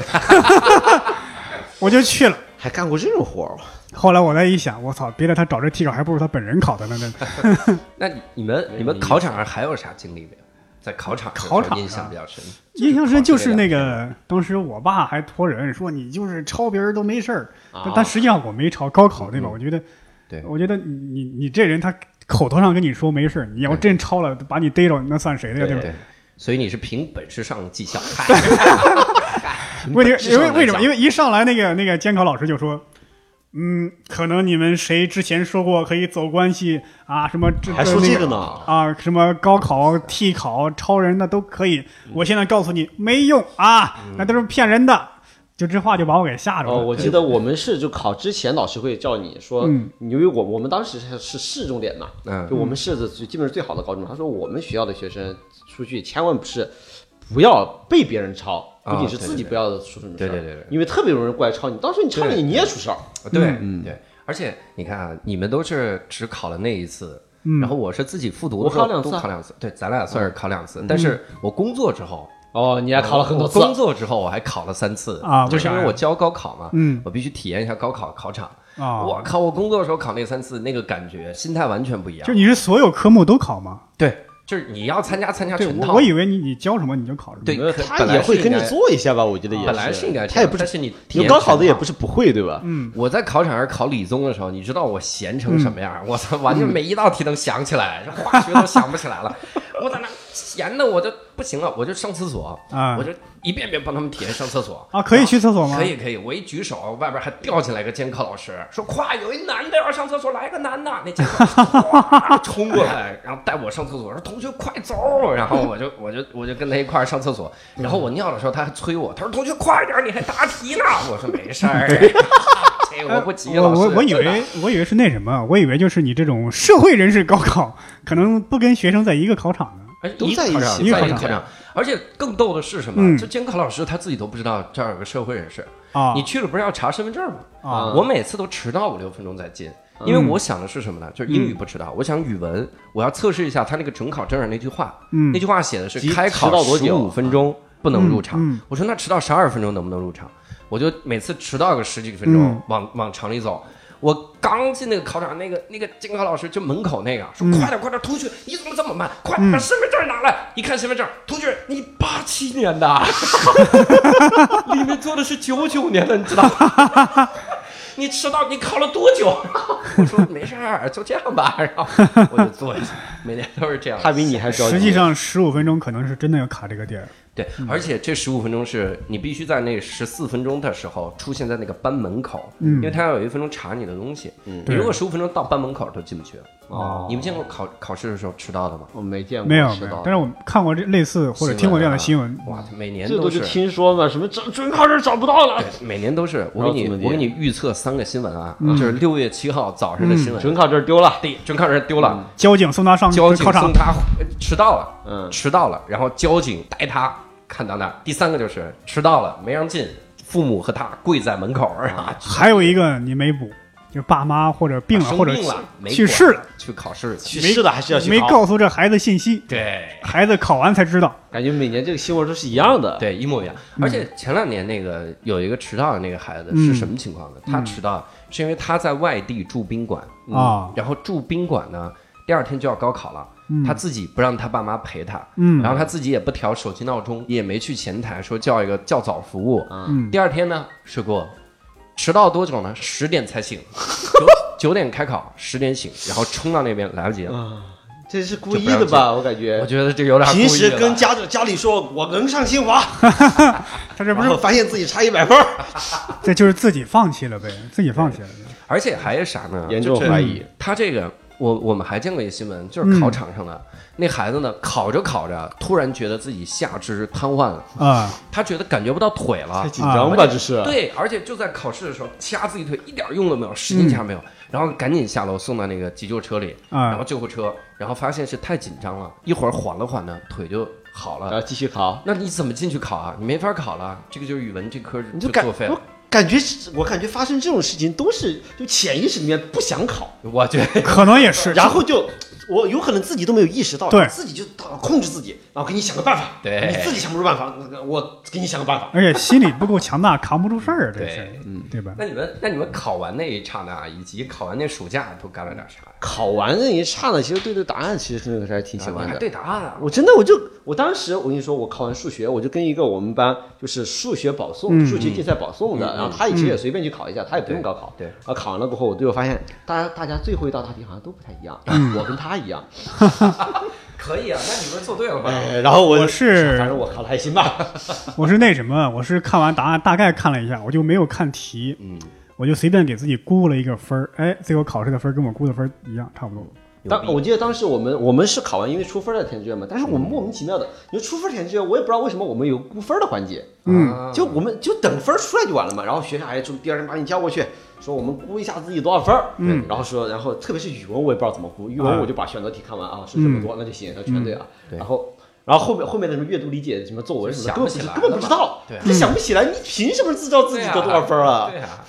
S2: 我就去了。
S3: 还干过这种活儿，
S2: 后来我再一想，我操，别的他找这题稿还不如他本人考的呢。那
S1: 那你你们哎你们考场上还有啥经历没有？在考场上
S2: 考场上
S1: 印象比较深，
S2: 印象深就是那
S1: 个
S2: 个，当时我爸还托人说你就是抄别人都没事儿，
S3: 啊
S2: 但但实际上我没抄，高考对吧？我觉得，
S1: 对
S2: 我觉得你你你这人他口头上跟你说没事儿，你要真抄了把你逮着，那算谁的呀？
S1: 对
S2: 吧？
S1: 对，所以你是凭本事上 绩效，嗨凭
S2: 为
S1: 本
S2: 什
S1: 事上
S2: 因为为什么？因
S1: 为
S2: 为一上来那个那个监考老师就说，嗯，可能你们谁之前说过可以走关系啊，什么这
S3: 还说
S2: 那
S3: 这
S2: 个
S3: 个呢？
S2: 啊，什么高考、替考、超人的都可以。
S1: 嗯
S2: 我现在告诉你没用啊，那都是骗人的。就这话就把我给吓着了。
S3: 哦，我记得我们是就考之前，老师会叫你说，
S2: 嗯
S3: 由于我我们当时是是市重点嘛，
S1: 嗯
S3: 就我们市的最基本是最好的高中。他说我们学校的学生出去千万不是不要被别人抄，
S1: 啊
S3: 不仅是自己不要出什么事
S1: 对
S3: 儿，
S1: 对对对对
S3: 因为特别容易过来抄你，到时候你抄了你你也出事儿。
S1: 对
S2: 嗯
S1: 对，而且你看啊，你们都是只考了那一次。
S2: 嗯
S1: 然后我是自己复读的时候
S3: 我考两次
S1: 都考两次，对，啊咱俩算是考两
S2: 嗯
S1: 次。但是我工作之后，
S3: 哦，你还考了很多次
S1: 我工作之后我还考了三次
S2: 啊
S1: 就是因
S2: 为啥
S1: 为
S2: 呀
S1: 我教高考嘛，
S2: 嗯
S1: 我必须体验一下高考考场。
S2: 啊，
S1: 哦我靠，我工作的时候考那三次，那个感觉心态完全不一样
S2: 就。你是所有科目都考吗？
S1: 对，就是你要参加参加
S2: 对，
S1: 全
S2: 我
S1: 套。
S2: 我以为你你教什么你就考什么。
S1: 对
S3: 呃
S1: 可
S3: 他
S1: 本来
S3: 也会
S1: 是
S3: 跟
S1: 应
S3: 着
S1: 该
S3: 做一下吧，我觉得也
S1: 本来是应该这样，
S3: 他也不是
S1: 但是你体
S3: 有
S1: 验
S3: 高考的也
S1: 全套
S3: 不是不会，对吧？
S2: 嗯，
S1: 我在考场上考理综的时候，你知道我闲成什么样 儿？
S3: 嗯
S1: 我操，完全每一道题能想起来，这化学都想不起来了。我在那闲的我就不行了，我就上厕所，
S2: 啊
S1: 我就一遍遍帮他们体验上厕所。
S2: 啊，可以去厕所吗？
S1: 可以可以，我一举手，外边还掉进来个监考老师，说夸有一男的要上厕所，来个男的，那监考 老师冲过来，然后带我上厕所，说同学快走，然后我就我就我就跟他一块儿上厕所，然后我尿的时候他还催我，他说同学快点，你还答题呢，我说没事儿，啊 这个我不急，
S2: 哎我
S1: 老师
S2: 我我以
S1: 真的
S2: 为我以为是那什么，啊我以为就是你这种社会人士高考，可能不跟学生在一个考场呢。
S1: 哎
S3: 都
S1: 一
S3: 在
S1: 个
S3: 一
S1: 考
S3: 起
S1: 场
S2: 一个
S1: 在
S2: 考
S1: 一个
S3: 场
S1: 考场，而且更逗的是什
S2: 嗯
S1: 么？就监考老师他自己都不知道这儿有个社会人士，
S2: 啊，
S1: 你去了不是要查身份证吗？
S2: 啊
S1: 我每次都迟到五六分钟再进，
S3: 嗯
S1: 因为我想的是什么呢？就是英语不迟到，我想语文，我要测试一下他那个准考证上那句话，
S2: 嗯
S1: 那句话写的是
S3: 及
S1: 开考
S3: 迟到多
S1: 十
S3: 久
S1: 五分钟不能入场
S2: 嗯嗯。
S1: 我说那迟到十二分钟能不能入场？我就每次迟到个十几分钟
S2: 嗯，
S1: 往往场里走。我刚进那个考场，那个那个监考老师就门口那个说：“
S2: 嗯
S1: 快点，快点，同学，你怎么这么慢？快把身份证拿来！”一看身份证，同学，你八七年的 啊，里面坐的是九九年的，你知道吗？ 你迟到，你考了多久？我说没事儿，就这样吧。然后我就坐下，每年都是这样。
S3: 他比你还着急。
S2: 实际上十五分钟可能是真的要卡这个点儿。
S1: 对，而且这十五分钟是你必须在那十四分钟的时候出现在那个班门口，因为他要有一分钟查你的东西。你如果十五分钟到班门口都进不去。
S3: 嗯哦
S1: 你们见过考考试的时候迟到的吗？
S3: 我没见过，
S2: 没有
S3: 知
S2: 没
S3: 道
S2: 有，但是我看过这类似或者听过这
S1: 啊
S2: 样的新闻。
S1: 哇，每年
S3: 这都
S1: 是
S3: 是。听说嘛，什么准准考证找不到了，
S1: 每年都是，我
S3: 然后
S1: 给你
S3: 怎么，地
S1: 我给你预测三个新闻啊，就是六月七号早上的新闻，
S3: 准考证丢了，
S1: 第一准考证丢了，
S2: 交警送他上
S1: 交警
S2: 嗯考场
S1: 送，他呃迟到了，
S3: 嗯，
S1: 迟到了，然后交警带他看到那儿。第三个就是迟到了没让进，父母和他跪在门口儿啊，
S2: 还有一个你没补，就爸妈或者病了
S1: 生
S2: 或者
S1: 病了没
S2: 去
S1: 管
S2: 世了，
S1: 去考试去。
S3: 去世的还是要去
S2: 没
S3: 考
S2: 告诉这孩子信息，
S1: 对
S2: 孩子考完才知道。
S3: 感觉每年这个新闻都是一样的。
S1: 对，一模一样。而且前两年那个有一个迟到的那个孩子
S2: 嗯
S1: 是什么情况呢？他迟到是因为他在外地住宾馆嗯
S2: 啊
S1: 然后住宾馆呢，第二天就要高考了，他自己不让他爸妈陪他，
S2: 嗯
S1: 然后他自己也不调手机闹钟，也没去前台说叫一个较早服务，
S2: 嗯
S1: 第二天呢睡过，迟到多久呢？十点才 醒，九九点开考，十点醒，然后冲到那边来不及了。
S3: 啊，这是故意的吧？我感
S1: 我
S2: 嗯
S3: 觉。
S1: 觉得这有点故意
S3: 平时
S1: 了
S3: 跟家长家里说我能上清华，
S2: 他这不
S3: 然后
S2: 是，
S3: 发现自己差一百分儿，
S2: 这就是自己放弃了呗，自己放弃了。
S1: 而且还有啥呢？
S3: 严重怀疑。
S1: 他这个，我我们还见过一新闻，就是考场上的、那孩子呢，考着考着，突然觉得自己下肢瘫痪了，
S2: 啊
S1: 他觉得感觉不到腿了
S3: 太，紧张吧？这是
S1: 对，而且就在考试的时候掐自己腿，一点用都没有，使劲掐
S3: 嗯
S1: 没有，然后赶紧下楼送到那个急救车里，
S2: 啊
S1: 然后救护车，然后发现是太紧张了，一会儿缓了缓呢，腿就好
S3: 然
S1: 了。
S3: 后继续考，
S1: 啊那你怎么进去考啊？你没法考了，这个就是语文这科
S3: 你
S1: 就
S3: 感
S1: 作废
S3: 我
S1: 了。
S3: 感觉是我感觉发生这种事情都是就潜意识里面不想考，
S1: 我觉得
S2: 可能也是。
S3: 然后就我有可能自己都没有意识到，
S2: 对
S3: 自己就控制自己，然后给你想个办法，
S1: 对
S3: 你自己想不出办法，那个我给你想个办法。
S2: 而且心理不够强大，扛不住事儿啊，这事儿
S1: 对，嗯
S2: 对吧？
S1: 那你们那你们考完那一刹那，以及考完那暑假都干了点啥呀？
S3: 考完那一刹那，其实对这答案其实真的还是挺喜欢
S1: 啊
S3: 的。
S1: 对答案啊，
S3: 我真的我就我当时我跟你说，我考完数学，我就跟一个我们班就是数学保送、
S2: 嗯
S3: 数学竞赛保送的，然后他以前也随便去考一下，他也不用高考。
S1: 对对
S3: 啊，考完了过后，我最后发现，大家大家最后一道大题好像都不太一样，
S2: 嗯
S3: 我跟他一样。
S1: 可以啊，那你不是做对了吗？
S3: 哎，然后我
S2: 我是
S3: 反正我考的还行吧。
S2: 我是那什么，我是看完答案大概看了一下，我就没有看题，
S1: 嗯，
S2: 我就随便给自己估了一个分儿，哎，最后考试的分儿跟我估的分儿一样，差不多。
S3: 当我记得当时我们我们是考完，因为出分儿的填志愿嘛，但是我们莫名其妙的，你说出分儿填志愿，我也不知道为什么我们有估分儿的环节。
S1: 嗯
S3: 就我们就等分儿出来就完了嘛。然后学校还就第二天把你叫过去，说我们估一下自己多少分儿。嗯，然后说，然后特别是语文，我也不知道怎么估。语
S1: 嗯
S3: 文我就把选择题看完啊，是这么多，那就行，那全对啊。然后。然后后面后面的什么阅读理解、什么作文什么
S1: 想不
S3: 的，根本
S1: 起来
S3: 根本不
S1: 了
S3: 知
S1: 嘛
S3: 道
S1: 对啊，
S3: 你想不起来，你凭什么知道自己
S1: 对啊
S3: 得多少分儿啊？
S1: 对啊，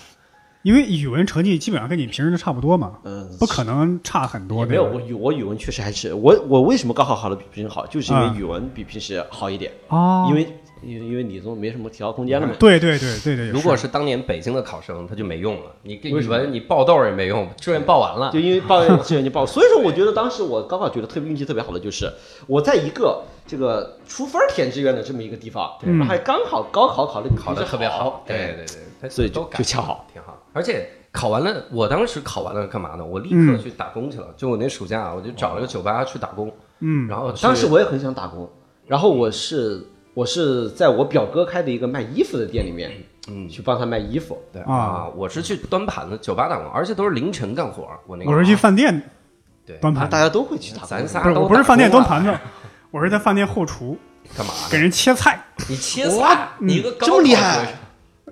S2: 因为语文成绩基本上跟你平时的差不多嘛，
S3: 嗯
S2: 不可能差很多，
S3: 也没
S2: 对
S3: 有，
S2: 吧？
S3: 我语我语文确实还是我我为什么高考考的比平时好，就是因为
S2: 嗯
S3: 语文比平时好一点，
S2: 啊，
S3: 因为因为因为理综没什么提高空 间了嘛。
S2: 对对对对对，也
S1: 如果是当年北京的考生，他就没用了。你跟
S3: 为
S1: 语
S3: 什么
S1: 文你报豆儿也没用，志愿报完了
S3: 就。因为抱怨志愿就报，所以说我觉得当时我高考觉得特别运气特别好的就是我在一个这个出分儿填志愿的这么一个地方，然后还刚好高考考的
S1: 考的特别好
S3: 好，，
S1: 对
S3: 哎，
S1: 对对，
S3: 所以
S1: 都
S3: 就
S1: 改
S3: 就恰好。
S1: 挺好。而且考完了，我当时考完了干嘛呢？我立刻
S2: 嗯
S1: 去打工去了。就我那暑假啊，我就找了个酒吧去打工，
S2: 嗯
S1: 然后去
S3: 当时我也很想打工，然后我是我是在我表哥开的一个卖衣服的店里面，嗯，去帮他卖衣服，
S1: 对
S2: 啊
S1: 啊，我是去端盘子酒吧打工，而且都是凌晨干活儿。我那个啊
S2: 我是去饭店
S1: 对，
S2: 端
S3: 啊
S2: 盘
S3: 大
S2: 子，
S3: 家都会去打工，
S1: 咱
S2: 不
S1: 仨
S2: 是
S1: 都
S2: 我不是饭店端
S1: 打工啊
S2: 盘子，我是在饭店后厨
S1: 干嘛？
S2: 给人切菜，
S1: 你切菜，你一个高
S3: 嗯这么厉
S1: 考
S3: 害
S1: 学生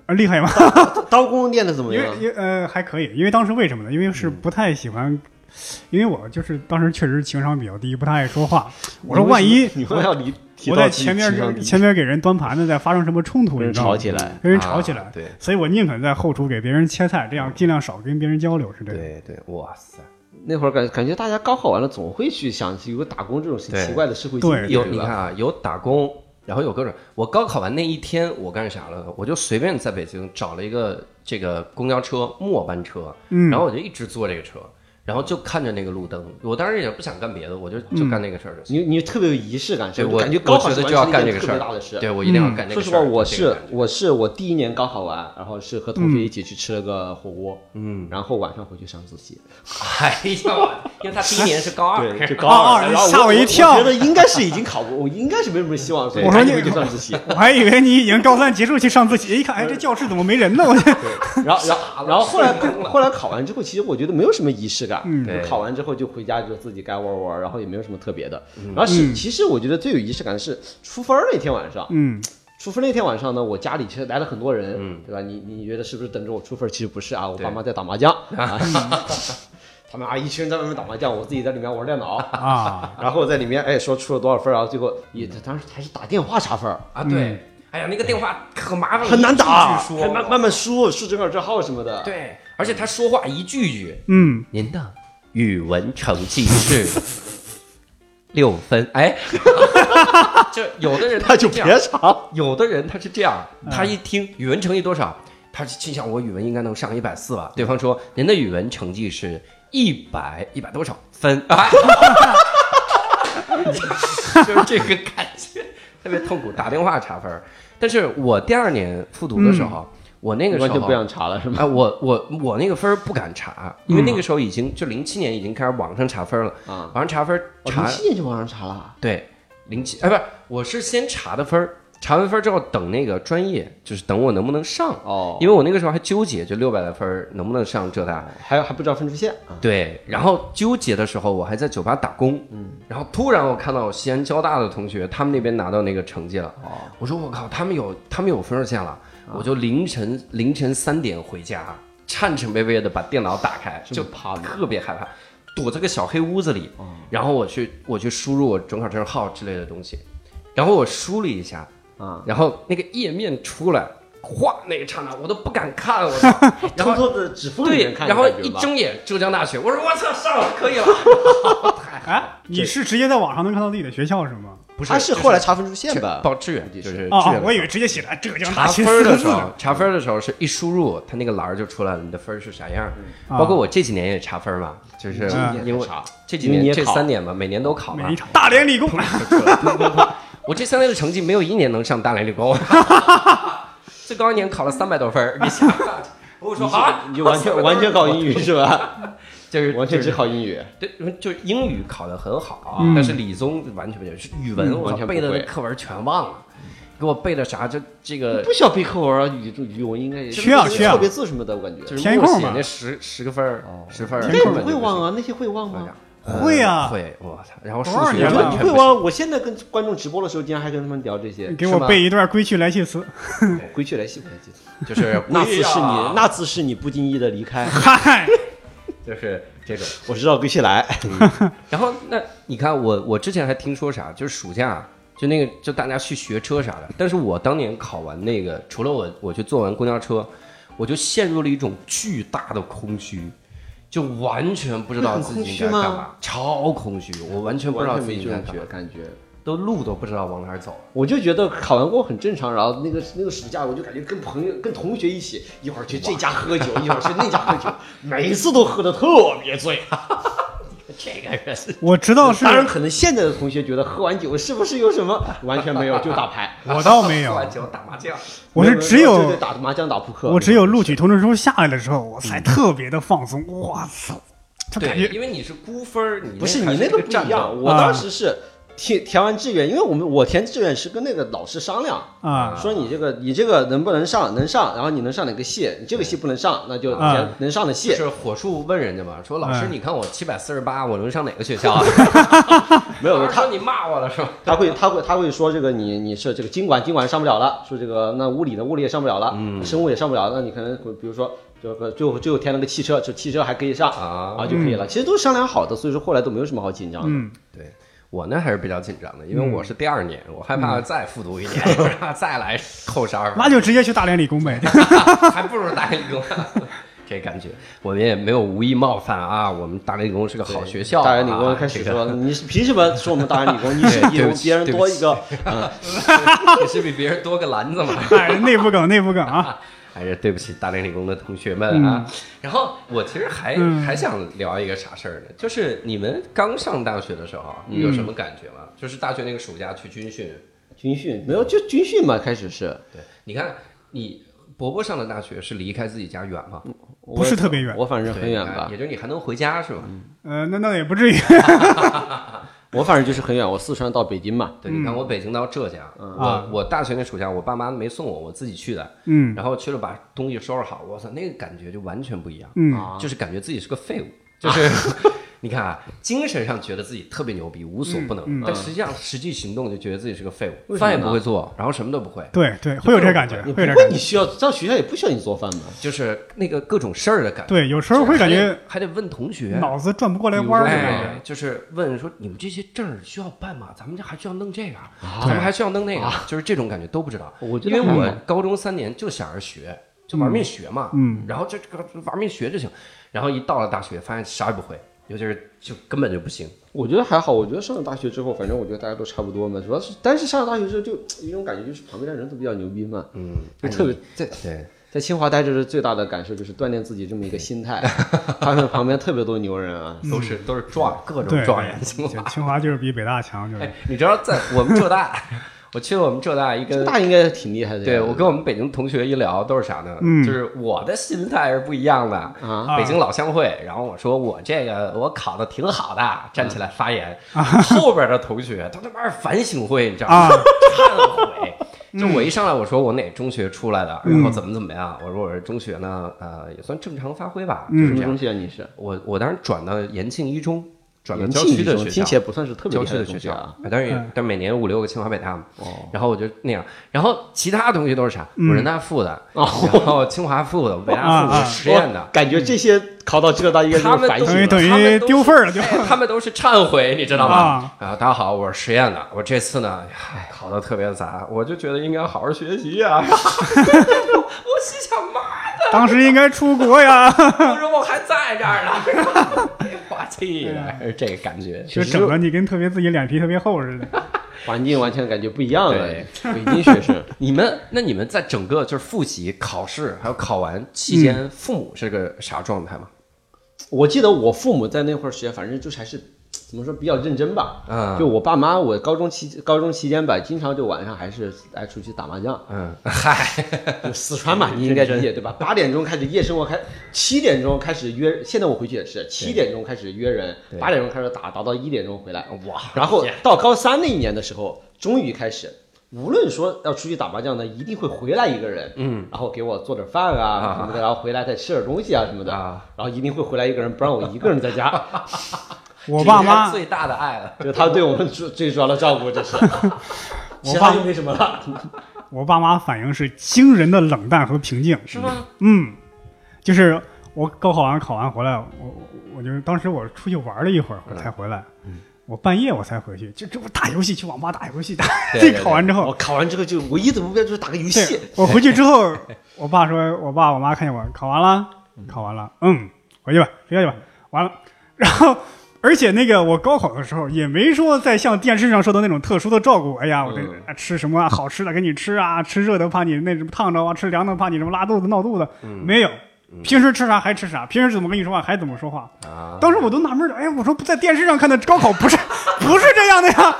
S2: 啊厉害吗？
S3: 刀工练的怎么
S2: 因
S3: 样
S2: 为？因为呃还可以，因为当时为什么呢？因为是
S3: 嗯
S2: 不太喜欢，因为我就是当时确实情商比较低，不太爱说 话。我说万一
S3: 你为什么要离，提
S2: 我
S3: 到
S2: 在
S3: 自己
S2: 前面
S3: 情商
S2: 跟
S3: 低
S2: 前面给人端盘子，再发生什么冲突，
S3: 跟
S2: 你
S3: 人
S2: 知道吗
S3: 吵起来，
S2: 跟人吵起来，
S1: 啊对
S2: 所以我宁肯在后厨给别人切菜，这样尽量少跟别人交流，是这样。
S1: 对对，哇塞！
S3: 那会儿感感觉大家高考完了总会去想有个打工这种
S1: 对
S3: 奇怪的社会经
S2: 对
S3: 历，
S1: 有
S3: 对
S1: 你
S3: 吧
S1: 看？啊，有打工，然后有各种。我高考完那一天，我干啥了？我就随便在北京找了一个这个公交车末班车，
S3: 嗯
S1: 然后我就一直坐这个车，然后就看着那个路灯。我当时也不想干别的，我就
S3: 嗯
S1: 就干那个事儿就行。
S3: 你你特别有仪式感，
S1: 对
S3: 是吧
S1: 我
S3: 感觉高
S1: 我
S3: 考是
S1: 觉得就
S3: 完
S1: 要
S3: 成一
S1: 干这
S3: 件
S1: 个
S3: 特
S1: 事
S3: 别大
S1: 儿
S3: 的事。
S1: 对我一定要干这
S3: 说
S1: 个
S3: 实
S1: 事
S3: 话，
S1: 儿。
S3: 我
S1: 这个
S3: 是
S1: 感觉
S3: 我是我第一年高考完，然后是和同
S2: 嗯
S3: 学一起去吃了个火锅，
S1: 嗯，
S3: 然后晚上回去上自习。
S1: 哎呀，我因为他第一年是高二，
S3: 对，就高
S2: 高二
S3: 二，然后
S2: 吓我一跳
S3: 我觉得应该是已经考过，我应该是没什么希望，所以
S2: 我说
S3: 赶紧
S2: 你
S3: 回去上自习。
S2: 我还以为你已经高三结束去上自习，一看，哎，这教室怎么没人呢？我 这
S3: 然后然后然后后来后来考完之后，其实我觉得没有什么仪式感。
S2: 嗯
S3: 就
S1: 对
S3: 考完之后就回家就自己该玩玩，然后也没有什么特别的。
S1: 嗯
S3: 然后是其实我觉得最有仪式感的是出分儿那天晚上。
S2: 嗯
S3: 出分那天晚上呢，我家里其实来了很多人，对吧？你你你觉得是不是等着我出分？其实不是啊，我
S1: 嗯对嗯
S3: 爸妈在打麻将，啊 他们啊一群人在外面打麻将，我自己在里面玩电脑，
S2: 啊，
S3: 然后我在里面哎说出了多少分啊？最后也
S1: 嗯
S3: 当时还是打电话查分，
S1: 啊，对，哎呀，那个电话可麻烦了，
S3: 很难打，
S1: 一句一句
S3: 还
S1: 说
S3: 慢慢慢输，输正号正号什么的。
S1: 对，而且他说话一句一句。
S2: 嗯，
S1: 啊您的语文成绩 是六分。哎， 就有的人
S3: 那就
S1: 这
S3: 别
S1: 样，
S3: 查，
S1: 有的人他是这样，他一听语文成绩多少，他就心想我语文应该能上一百四吧。对方说您的语文成绩是一百一百多少分 啊？就是这个感觉特别痛苦，打电话查分儿。但是我第二年复读的时候，我那个时候
S3: 完全不想查了是吗？
S1: 哎，我我我那个分儿不敢查，因
S3: 嗯
S1: 为那个时候已经就零七年已经开始网上查分儿了，
S3: 啊，
S1: 网上查分儿
S3: 我
S1: 查、
S3: 零七年就往上查了，
S1: 对零七哎不是，我是先查的分儿，查完分儿之后等那个专业，就是等我能不能上，
S3: 哦，
S1: 因为我那个时候还纠结，就六百来分儿能不能上浙大。
S3: 还还不知道分数线啊。
S1: 对，然后纠结的时候，我还在酒吧打工，嗯，然后突然我看到西安交大的同学，他们那边拿到那个成绩了，哦，我说我靠，他们有他们有分数线了，我
S3: 啊
S1: 就凌晨凌晨三点回家，颤颤巍巍的把电脑打开，
S3: 这
S1: 就
S3: 么怕吗哦
S1: 特别害怕，躲在个小黑屋子里，然后我去我去输入我准考证号之类的东西，然后我输了一下，
S3: 啊，
S1: 然后那个页面出来，哗那一刹那我都不敢看， 我操！然
S3: 偷
S1: 后
S3: 偷的指缝里
S1: 对
S3: 面，看
S1: 然
S3: 的
S1: 后
S3: 感觉吧，
S1: 一睁眼浙江大学，我说我操上了可以 了，
S2: 哎，你是直接在网上能看到自己的学校是吗？
S1: 不是
S4: 他是
S1: 就是
S4: 后来查分出现吧？
S1: 报志愿就是志
S2: 哦，
S1: 愿
S2: 哦
S1: 的
S2: 我以为直接写了浙江
S1: 查
S2: 大学
S1: 分
S2: 四
S1: 儿
S2: 个
S1: 的时嗯
S2: 字
S1: 候
S2: 呢，，
S1: 查分儿的时候是一输入，它那个栏儿就出来了，你的分儿是啥样儿。包括我这几年也查分儿嘛，就是
S2: 嗯
S1: 因为
S3: 嗯查
S1: 这几
S3: 因为
S1: 年
S3: 你也
S1: 这
S3: 考
S1: 三年吧，每年都考嘛
S2: 每 一。场大连理 工，
S1: 我这三年的成绩没有一年能上大连理 工，最高一年考了三百多分儿你 想想，我说啊，
S3: 你就完 全完全考英语是吧？
S1: 就是
S3: 完全只
S1: 就是
S3: 考英语，
S1: 对，就是英语考得很好，啊
S2: 嗯
S1: 但是理综完全不行，是语文
S3: 嗯
S1: 我
S3: 完全不
S1: 背的
S3: 会
S1: 那课文全忘了，给我背的啥就这个
S3: 不需要背课文啊，语语文应该也
S2: 需要
S3: 就是
S2: 需要
S3: 错别字什么的，我感觉
S1: 就是
S2: 填
S1: 默
S2: 空
S1: 写
S2: 嘛
S1: 那十十个分儿十分儿，
S3: 应该
S1: 根
S3: 不
S1: 本
S3: 哦会
S1: 就行
S3: 忘啊，那些会忘吗？
S2: 会啊
S1: 会，我操！然后数
S2: 多少
S1: 学
S2: 年了
S1: 完
S3: 你
S1: 全
S3: 会
S1: 不行，
S3: 忘？我现在跟观众直播的时候，竟然还跟他们聊这些，
S2: 给我
S1: 是吗
S2: 背一段《归去来兮辞
S3: 回去来细回来记。
S1: 就是
S3: 那次是你，
S1: 那
S3: 那次是你不经意的离开》，，
S2: 嗨，
S1: 就是这种。
S3: 我知道归去来，
S1: 然后那你看我，我之前还听说啥，就是暑假就那个就大家去学车啥的，但是我当年考完那个，除了我我去坐完公交车，我就陷入了一种巨大的空虚。就完全不知道
S3: 会很
S1: 自己应
S3: 空虚
S1: 该干
S3: 吗
S1: 嘛，超空虚，我完全不知道
S3: 完
S1: 自
S3: 全
S1: 己
S3: 没
S1: 应
S3: 这
S1: 该
S3: 种
S1: 干
S3: 觉
S1: 嘛，
S3: 感觉。
S1: 都路都不知道往哪儿走。
S3: 我就觉得考完过很正常，然后那个那个暑假，我就感觉跟朋友、跟同学一起，一会儿去这家喝酒，一会儿去那家喝酒，每一次都喝的特别醉。
S1: 这个人
S2: 我知道是
S3: 当，然，可能现在的同学觉得喝完酒是不是有什么？完全没有，就打牌。
S2: 我倒没 有
S1: 喝，完酒打麻将，
S2: 我是只
S3: 就
S2: 有
S3: 得打麻将、打扑克。
S2: 我只有录取通知书下来的时候，我才特别的放松。我操，就感
S1: 对，
S2: 觉
S1: 因为你是孤分儿，你
S3: 不是
S1: 还
S3: 你
S1: 是
S3: 那
S1: 个
S3: 个不
S1: 战
S3: 一
S1: 斗
S2: 啊
S3: 样，我当时是填填完志愿，因为我们我填志愿是跟那个老师商量，
S2: 啊，
S3: 说你这个你这个能不能上，能上，然后你能上哪个系，你这个系不能上，那就
S2: 啊
S3: 填能上的系
S1: 就。是火速问人家嘛，说老师，
S2: 嗯
S1: 你看我七百四十八，我能上哪个学 校啊？
S3: 没有
S1: 老师
S3: 他
S1: 说你骂我了是吧？
S3: 他会他会他会说这个你你是这个经管经管上不了了，说这个那物理的物理也上不了了，
S1: 嗯
S3: 生物也上不了，那你可能比如说这个最后最后填了个汽车，就汽车还可以上
S1: 啊
S3: 然后就可以了。其实都是商量好的，所以说后来都没有什么好紧张的。
S2: 嗯，
S1: 对我呢还是比较紧张的，因为我是第二年，我害怕再复读一 年，怕再来扣十二
S2: 那
S1: 分，
S2: 就直接去大连理工呗。
S1: 还不如大连理工。 这感觉，我们也没有无意冒犯啊，我们大连理工是个好学校啊。
S3: 大连理工开始
S1: 这个
S3: 说，你是凭什么说我们大连理 工？你是比
S1: 对
S3: 我
S1: 不
S3: 们
S1: 起
S3: 别人
S1: 对不
S3: 多
S1: 起
S3: 一个，嗯，
S1: 也是比别人多个篮子嘛。
S2: 哎，内部梗，内部梗啊，
S1: 还是哎对不起大连理工的同学们啊。然后我其实还、
S2: 嗯
S1: 还想聊一个啥事儿呢，就是你们刚上大学的时候，啊
S2: 嗯
S1: 你有什么感觉吗？就是大学那个暑假去军训，
S3: 军训没有就军训嘛，开始是
S1: 对，你看你伯伯上的大学是离开自己家远吗？
S2: 不是特别远。
S3: 我反正很远
S1: 对哎
S3: 吧，嗯
S1: 也就是你还能回家是吧？
S2: 呃，那那也不至于。
S3: 我反正就是很远，我四川到北京嘛，
S1: 对，你看我北京到浙江，
S2: 嗯啊
S1: 我我大学那暑假我爸妈没送我，我自己去的，
S2: 嗯
S1: 然后去了把东西收拾好，我操，那个感觉就完全不一样。
S2: 嗯，
S1: 就是感觉自己是个废物，就是你看啊，精神上觉得自己特别牛逼，无所不能，但实际上实际行动就觉得自己是个废物，
S3: 为什
S1: 饭
S3: 么呢
S1: 也不会做，然后什么都不会，
S2: 对对，会有这感觉，
S3: 你
S2: 会有这感
S3: 不会
S2: 觉。
S3: 你需要到学校也不需要你做饭嘛，
S1: 就是那个各种事儿的感觉，
S2: 对，有时候会感觉
S1: 还得还得问同学。
S2: 脑子转不过来弯儿的感
S1: 哎
S2: 觉。，
S1: 就是问说你们这些证儿需要办吗？咱们这还需要弄这个，啊咱们还需要弄那个，就是这种感觉都不知道。
S3: 我觉
S1: 因
S3: 得
S1: 为
S3: 还
S1: 我
S3: 好
S1: 高中三年就想着学，就玩命学嘛，
S2: 嗯，
S1: 然后这这个玩命学就行，然后一到了大学发现啥也不会，尤其是就根本就不行，
S3: 我觉得还好，我觉得上了大学之后，反正我觉得大家都差不多嘛，主要是，但是上了大学之后就有一种感觉，就是旁边的人都比较牛逼嘛，
S1: 嗯，
S3: 就特别在
S1: 对，
S3: 在清华待着是最大的感受，就是锻炼自己这么一个 心态。他们旁边特别多牛人啊，
S1: 都是都是状各种
S2: 对，
S1: 状元清华。
S2: 清华就是比北大强，就是
S1: 哎，你知道在我们浙大， 我去了我们浙大一
S3: 浙
S1: 跟。
S3: 大应该挺厉害的呀。
S1: 对，我跟我们北京同学一聊，都是啥呢？
S2: 嗯
S1: 就是我的心态是不一样的。
S3: 啊
S1: 北京老乡会，然后我说我这个我考的挺好的，站起来
S3: 啊
S1: 发言。 后边的同学都他妈是反省会，你知道吗？
S2: 啊
S1: 忏 悔。就我一上来我说我哪中学出来的，
S2: 嗯
S1: 然后怎么怎么样，我说我是中学
S2: 嗯
S1: 呢，呃，也算正常发挥吧，就是
S3: 什
S1: 这
S3: 么
S1: 样
S3: 东。西啊？你是
S1: 我我当时转到延庆一中，转到
S3: 延
S1: 郊
S3: 庆
S1: 区
S3: 这
S1: 的
S3: 种
S1: 学
S3: 听
S1: 校
S3: 起。来不算是特别
S1: 郊
S3: 厉害
S1: 区的
S3: 东
S1: 学
S3: 西
S1: 校
S3: 啊。，哦
S1: 当然也，但每年五六个清华北大嘛。然后我就那样，然后其他东西都是啥？我人大附的，然后清华附的，北大附
S2: 啊啊
S1: 的，实验
S3: 我
S1: 的，
S3: 感觉这些考到浙大应该
S1: 他们
S3: 反
S1: 都
S3: 省
S2: 等于对
S3: 了
S1: 他们都是
S2: 丢份儿了就
S1: 哎 他们都是忏悔，你知道吧
S2: 啊？
S1: 啊，大家好，我是实验的，我这次呢，唉考的特别杂，我就觉得应该好好学习呀。 我心想，妈的，
S2: 当时应该出国呀，
S1: 我说我还在这儿呢， 哎花气的，这个感觉。
S2: 就整的你跟特别自己脸皮特别厚似的。
S3: 环境完全感觉不一样了
S1: 对。
S3: 北京学生
S1: 你们那你们在整个就是复习、考试还有考完期间，父母是个啥状态吗？
S3: 我记得我父母在那会儿学，反正就是还是怎么说比较认真吧。
S1: 嗯
S3: 就我爸妈，我高中期高中期间吧，经常就晚上还是爱出去打麻将。
S1: 嗯，嗨，
S3: 就四川嘛，你应该理解对吧？八点钟开始夜生活开，七点钟开始约。现在我回去也是七点钟开始约人，八点钟开始打，打到一点钟回来。
S1: 哇
S3: 然后到高三那一年的时候，终于开始，无论说要出去打麻将呢，一定会回来一个人，嗯，然后给我做点饭啊什么的，然后回来再吃点东西啊什么的，
S1: 啊
S3: 然后一定会回来一个人，不让我一个人在 家，
S2: 我爸
S1: 这应该
S2: 妈
S1: 是，最大的爱了，
S3: 就他对我们最最主要的照顾， 这是，其他就没什么了。
S2: 我爸妈反应是惊人的冷淡和平静。
S1: 是吗？
S2: 嗯，就是我高考完考完回来，我我我就是当时我出去玩了一会儿，我才
S1: 嗯
S2: 回来。我半夜我才回去，就这不打游戏去网吧打游戏打，
S1: 对对
S2: 这
S1: 对
S2: 考完之后
S3: 我，考完之后就唯一的目标就是打个游戏
S2: 对，，我回去之后， 我爸说，我爸我妈看见我考完了，考完了，嗯，回去吧，回去吧，完了。 然后，而且那个我高考的时候也没说在像电视上说的那种特殊的照顾，哎呀，我这、
S3: 嗯
S2: 啊吃什么啊好吃的给你吃啊，吃热的怕你那什么烫着啊，吃凉的怕你什么拉肚子闹肚子，没有。平时吃啥还吃啥，平时怎么跟你说话还怎么说话。
S1: 啊，
S2: 当时我都纳闷了，哎，我说在电视上看的高考不是 不是这样的呀，
S3: 啊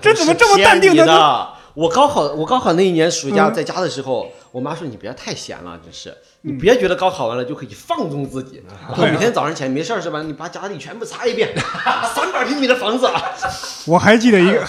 S2: 这怎么这么淡定嗯
S3: 的？
S2: 呢？
S3: 我高考，我高考那一年暑假在家的时候，我妈说你不要太闲了，真是，你别觉得高考完了就可以放纵自己。
S2: 嗯
S3: 然后每天早上起来没事儿是吧？你把家里全部擦一遍， 三百平米的房 子啊，
S2: 我还记得一 个，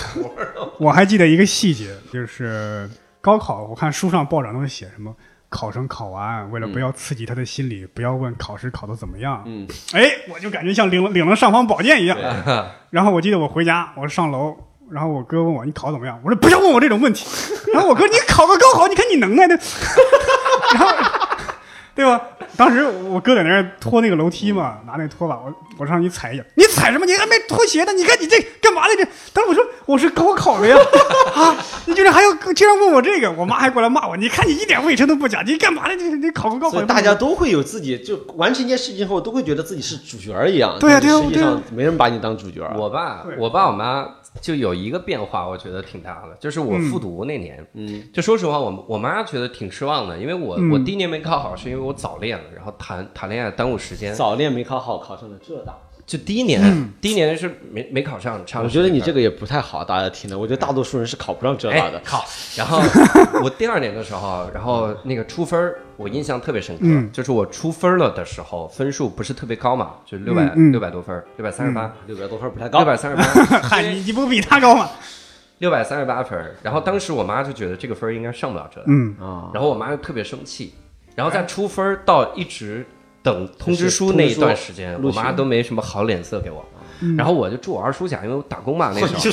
S2: 我还记得一个细节，就是高考，我看书上报上都写什么，考生考完，为了不要刺激他的心理，不要问考试考得怎么样，
S3: 嗯，
S2: 哎，我就感觉像领了领了尚方宝剑一样
S3: 对。
S2: 然后我记得我回家，我上楼。然后我哥问我你考得怎么样，我说不要问我这种问题。然后我哥你考个高考，你看你能耐的，然后对吧？当时我哥在那儿拖那个楼梯嘛，拿那拖把，我我上去踩一脚，你踩什么？你还没脱鞋呢！你看你这干嘛呢？这，当时我说我是高考的呀， 啊，你居然还要居然问我这个，我妈还过来骂我，你看你一点卫生都不讲，你干嘛呢？你你考个高
S3: 所
S2: 考，
S3: 以大家都会有自己，就完成一件事情后都会觉得自己是主角儿一样。
S2: 对啊
S3: 但是
S2: 对啊
S3: 实际
S2: 对啊
S3: 上没人把你当主角儿。
S1: 我爸
S2: 对，
S1: 我爸我妈就有一个变化，我觉得挺大的，就是我复读那年，
S3: 嗯，
S1: 就说实话，我我妈觉得挺失望的，因为我、
S2: 嗯
S1: 我第一年没考好，是因为我早恋了，然后谈谈恋爱耽误时间，
S3: 早恋没考好，考上了浙大。
S1: 就第一年、第一年是没没考上，
S2: 啊
S1: 差不多
S3: 我觉得你
S1: 这。
S3: 这个也不太好，大家听的。我觉得大多数人是考不上浙大的
S1: 哎。靠！ 然后我第二年的时候，然后那个出分儿，我印象特别深刻，
S2: 嗯
S1: 就是我出分儿了的时候，分数不是特别高嘛，就六百
S2: 嗯嗯嗯
S1: 六百多分儿，六百三十八，
S3: 六百多分儿不太高
S1: 六，百三十 八，
S2: 嗨，你你不比他高吗？
S1: 六百三十八分儿。然后当时我妈就觉得这个分儿应该上不了浙大，
S2: 嗯哎
S3: 啊，
S1: 然后我妈就特别生气，然后在出分儿到一直等通知书那一段时间，
S3: 通
S1: 我
S3: 知书
S1: 妈都没什么好脸色给我。
S2: 嗯
S1: 然后我就住我二叔家，因为我打工嘛那时候，
S3: 就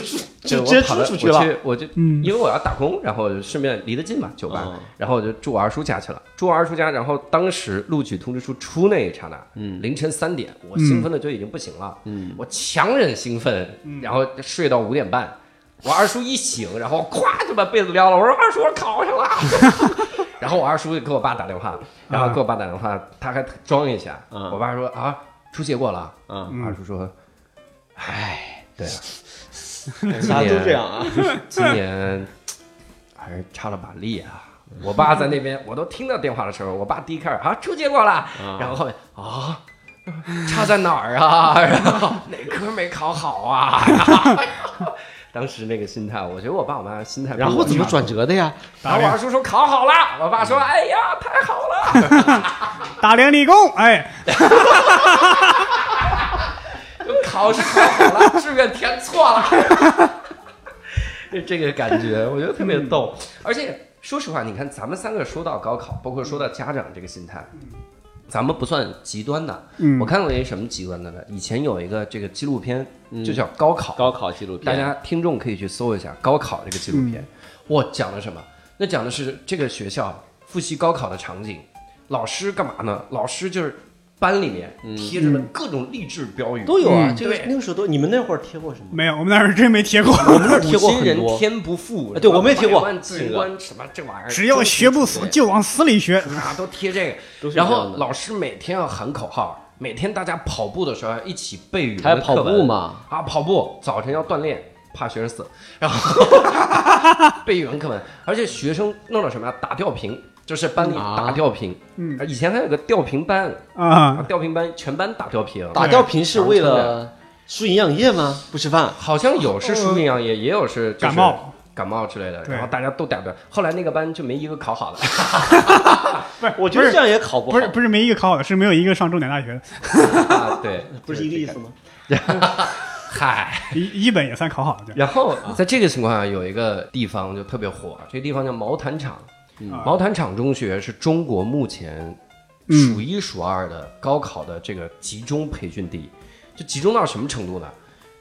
S1: 就
S3: 就就直接
S1: 我跑
S3: 出
S1: 到
S3: 出去了
S1: 我。 去我就
S2: 嗯
S1: 因为我要打工，然后我就顺便离得近嘛，酒吧
S3: 嗯，
S1: 然后我就住我二叔家去了。住我二叔家，然后当时录取通知书出那一刹那，
S3: 嗯
S1: 凌晨三点，我兴奋的就已经不行了，我强忍兴奋，
S3: 嗯
S1: 然后睡到五点半。我二叔一醒，然后咵就把被子撩了，我说二叔，我考上了。 然后我二叔就给我爸打电话，然
S3: 啊
S1: 后给我爸打电话，他还装一下，
S3: 嗯
S1: 我爸说啊，出结果了。
S3: 啊，
S1: 二叔说，唉，对 啊。
S3: 大家都这样啊。
S1: 今年还是差了把力啊！我爸在那边，我都听到电话的时候，我爸第一开始啊出结果了，然后后面啊差在哪儿啊？ 然后哪科没考好啊？ 当时那个心态，我觉得我爸我妈心态比我
S3: 然后怎么
S1: 差？
S3: 转折的呀？
S1: 啊然后我二叔说考好了，我爸说哎呀太好了，
S2: 大连理工，哎，
S1: 考试考好了，志愿填错了， 嗯这这个感觉我觉得特别逗。而且说实话，你看咱们三个说到高考，包括说到家长这个心态，咱们不算极端的。
S2: 嗯
S1: 我看过一什么极端的呢？以前有一个这个纪录片，
S3: 嗯
S1: 就叫《高考》，
S3: 高考纪录片，
S1: 大家听众可以去搜一下《高考》这个纪录片。
S3: 嗯
S1: 我讲的什么？那讲的是这个学校复习高考的场景。老师干嘛呢？老师就是班里面贴着了各种励志标语，
S3: 嗯都有啊，
S2: 嗯
S3: 这个
S1: 对
S3: 那个时候都，你们那会儿贴过什么？
S2: 没有，我们那儿真没贴过，
S3: 我们那儿贴
S1: 古
S3: 过
S1: 今
S3: 很
S1: 人
S3: 多，
S1: 天不负
S3: 啊，对我没贴过
S1: 百万秦观什么这玩意儿，
S2: 只要学不死就往死里学。
S1: 啊，都贴这
S3: 都
S1: 个。
S3: 是这
S1: 然
S3: 样的
S1: 后老师每天要喊口号，每天大家跑步的时候要一起背语文
S3: 还
S1: 的
S3: 有跑
S1: 课文
S3: 步嘛？
S1: 啊，跑步早晨要锻炼，怕学生死，然后 背语文课文，而且学生弄到什么呀？打吊瓶，就是班里
S3: 啊
S1: 打吊瓶。呃
S2: 嗯
S1: 以前还有个吊瓶班，啊
S2: 啊，
S1: 吊瓶班全班打吊瓶，
S3: 嗯打吊瓶是为了输营养液吗？不吃饭，
S1: 好像有是输营养液，也有是就是
S2: 呃感冒
S1: 感冒之类的，
S2: 对
S1: 然后大家都打吊。后来那个班就没一个考 好的，
S2: 不是，
S3: 我觉得这样也考不
S2: 不
S3: 好
S2: 是，不是没一个考好的，是没有一个上重点大学的，
S1: 啊对，
S3: 不是一个意思吗？
S1: 嗨。
S2: 一一本也算考好的。
S1: 然后
S2: 啊
S1: 在这个情况下，有一个地方就特别火，这个地方叫毛坦厂。
S2: 嗯
S1: 毛坦厂中学是中国目前
S2: 嗯
S1: 数一数二的高考的这个集中培训地，就集中到什么程度呢？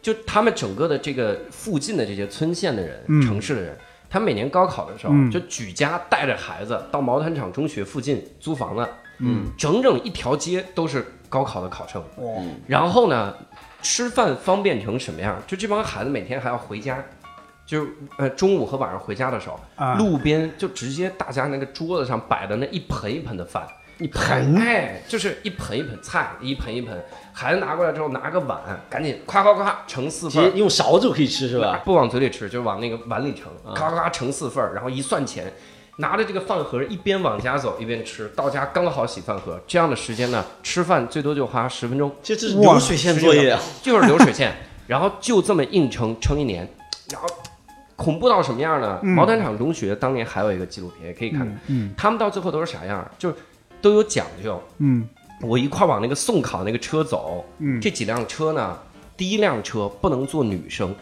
S1: 就他们整个的这个附近的这些村县的人、
S2: 嗯
S1: 城市的人，他每年高考的时候，
S2: 嗯
S1: 就举家带着孩子到毛坦厂中学附近租房子，嗯，整整一条街都是高考的考生。然后呢，吃饭方便成什么样？就这帮孩子每天还要回家，就是呃中午和晚上回家的时候，
S2: 啊
S1: 路边就直接大家那个桌子上摆的那一盆一盆的饭，
S3: 你
S1: 哎，就是一盆一盆菜，一盆一盆，孩子拿过来之后拿个碗，赶紧夸夸夸盛四份
S3: 直
S1: 儿
S3: 接。用勺子就可以吃是吧？
S1: 不往嘴里吃，就往那个碗里盛，咔咔咔盛四份儿，然后一算钱，拿着这个饭盒一边往家走一边吃，到家刚好洗饭盒。这样的时间呢，吃饭最多就花十分钟，
S3: 这这是
S2: 哇
S3: 流水线作业啊，
S1: 就是流水线，然后就这么硬撑撑一年，然后恐怖到什么样呢？
S2: 嗯
S1: 毛坦厂中学当年还有一个纪录片也可以看看，
S2: 嗯
S1: 他们到最后都是啥样儿，就是都有讲究。
S2: 嗯
S1: 我一块儿往那个送考那个车走，
S2: 嗯，
S1: 这几辆车呢，第一辆车不能坐女生，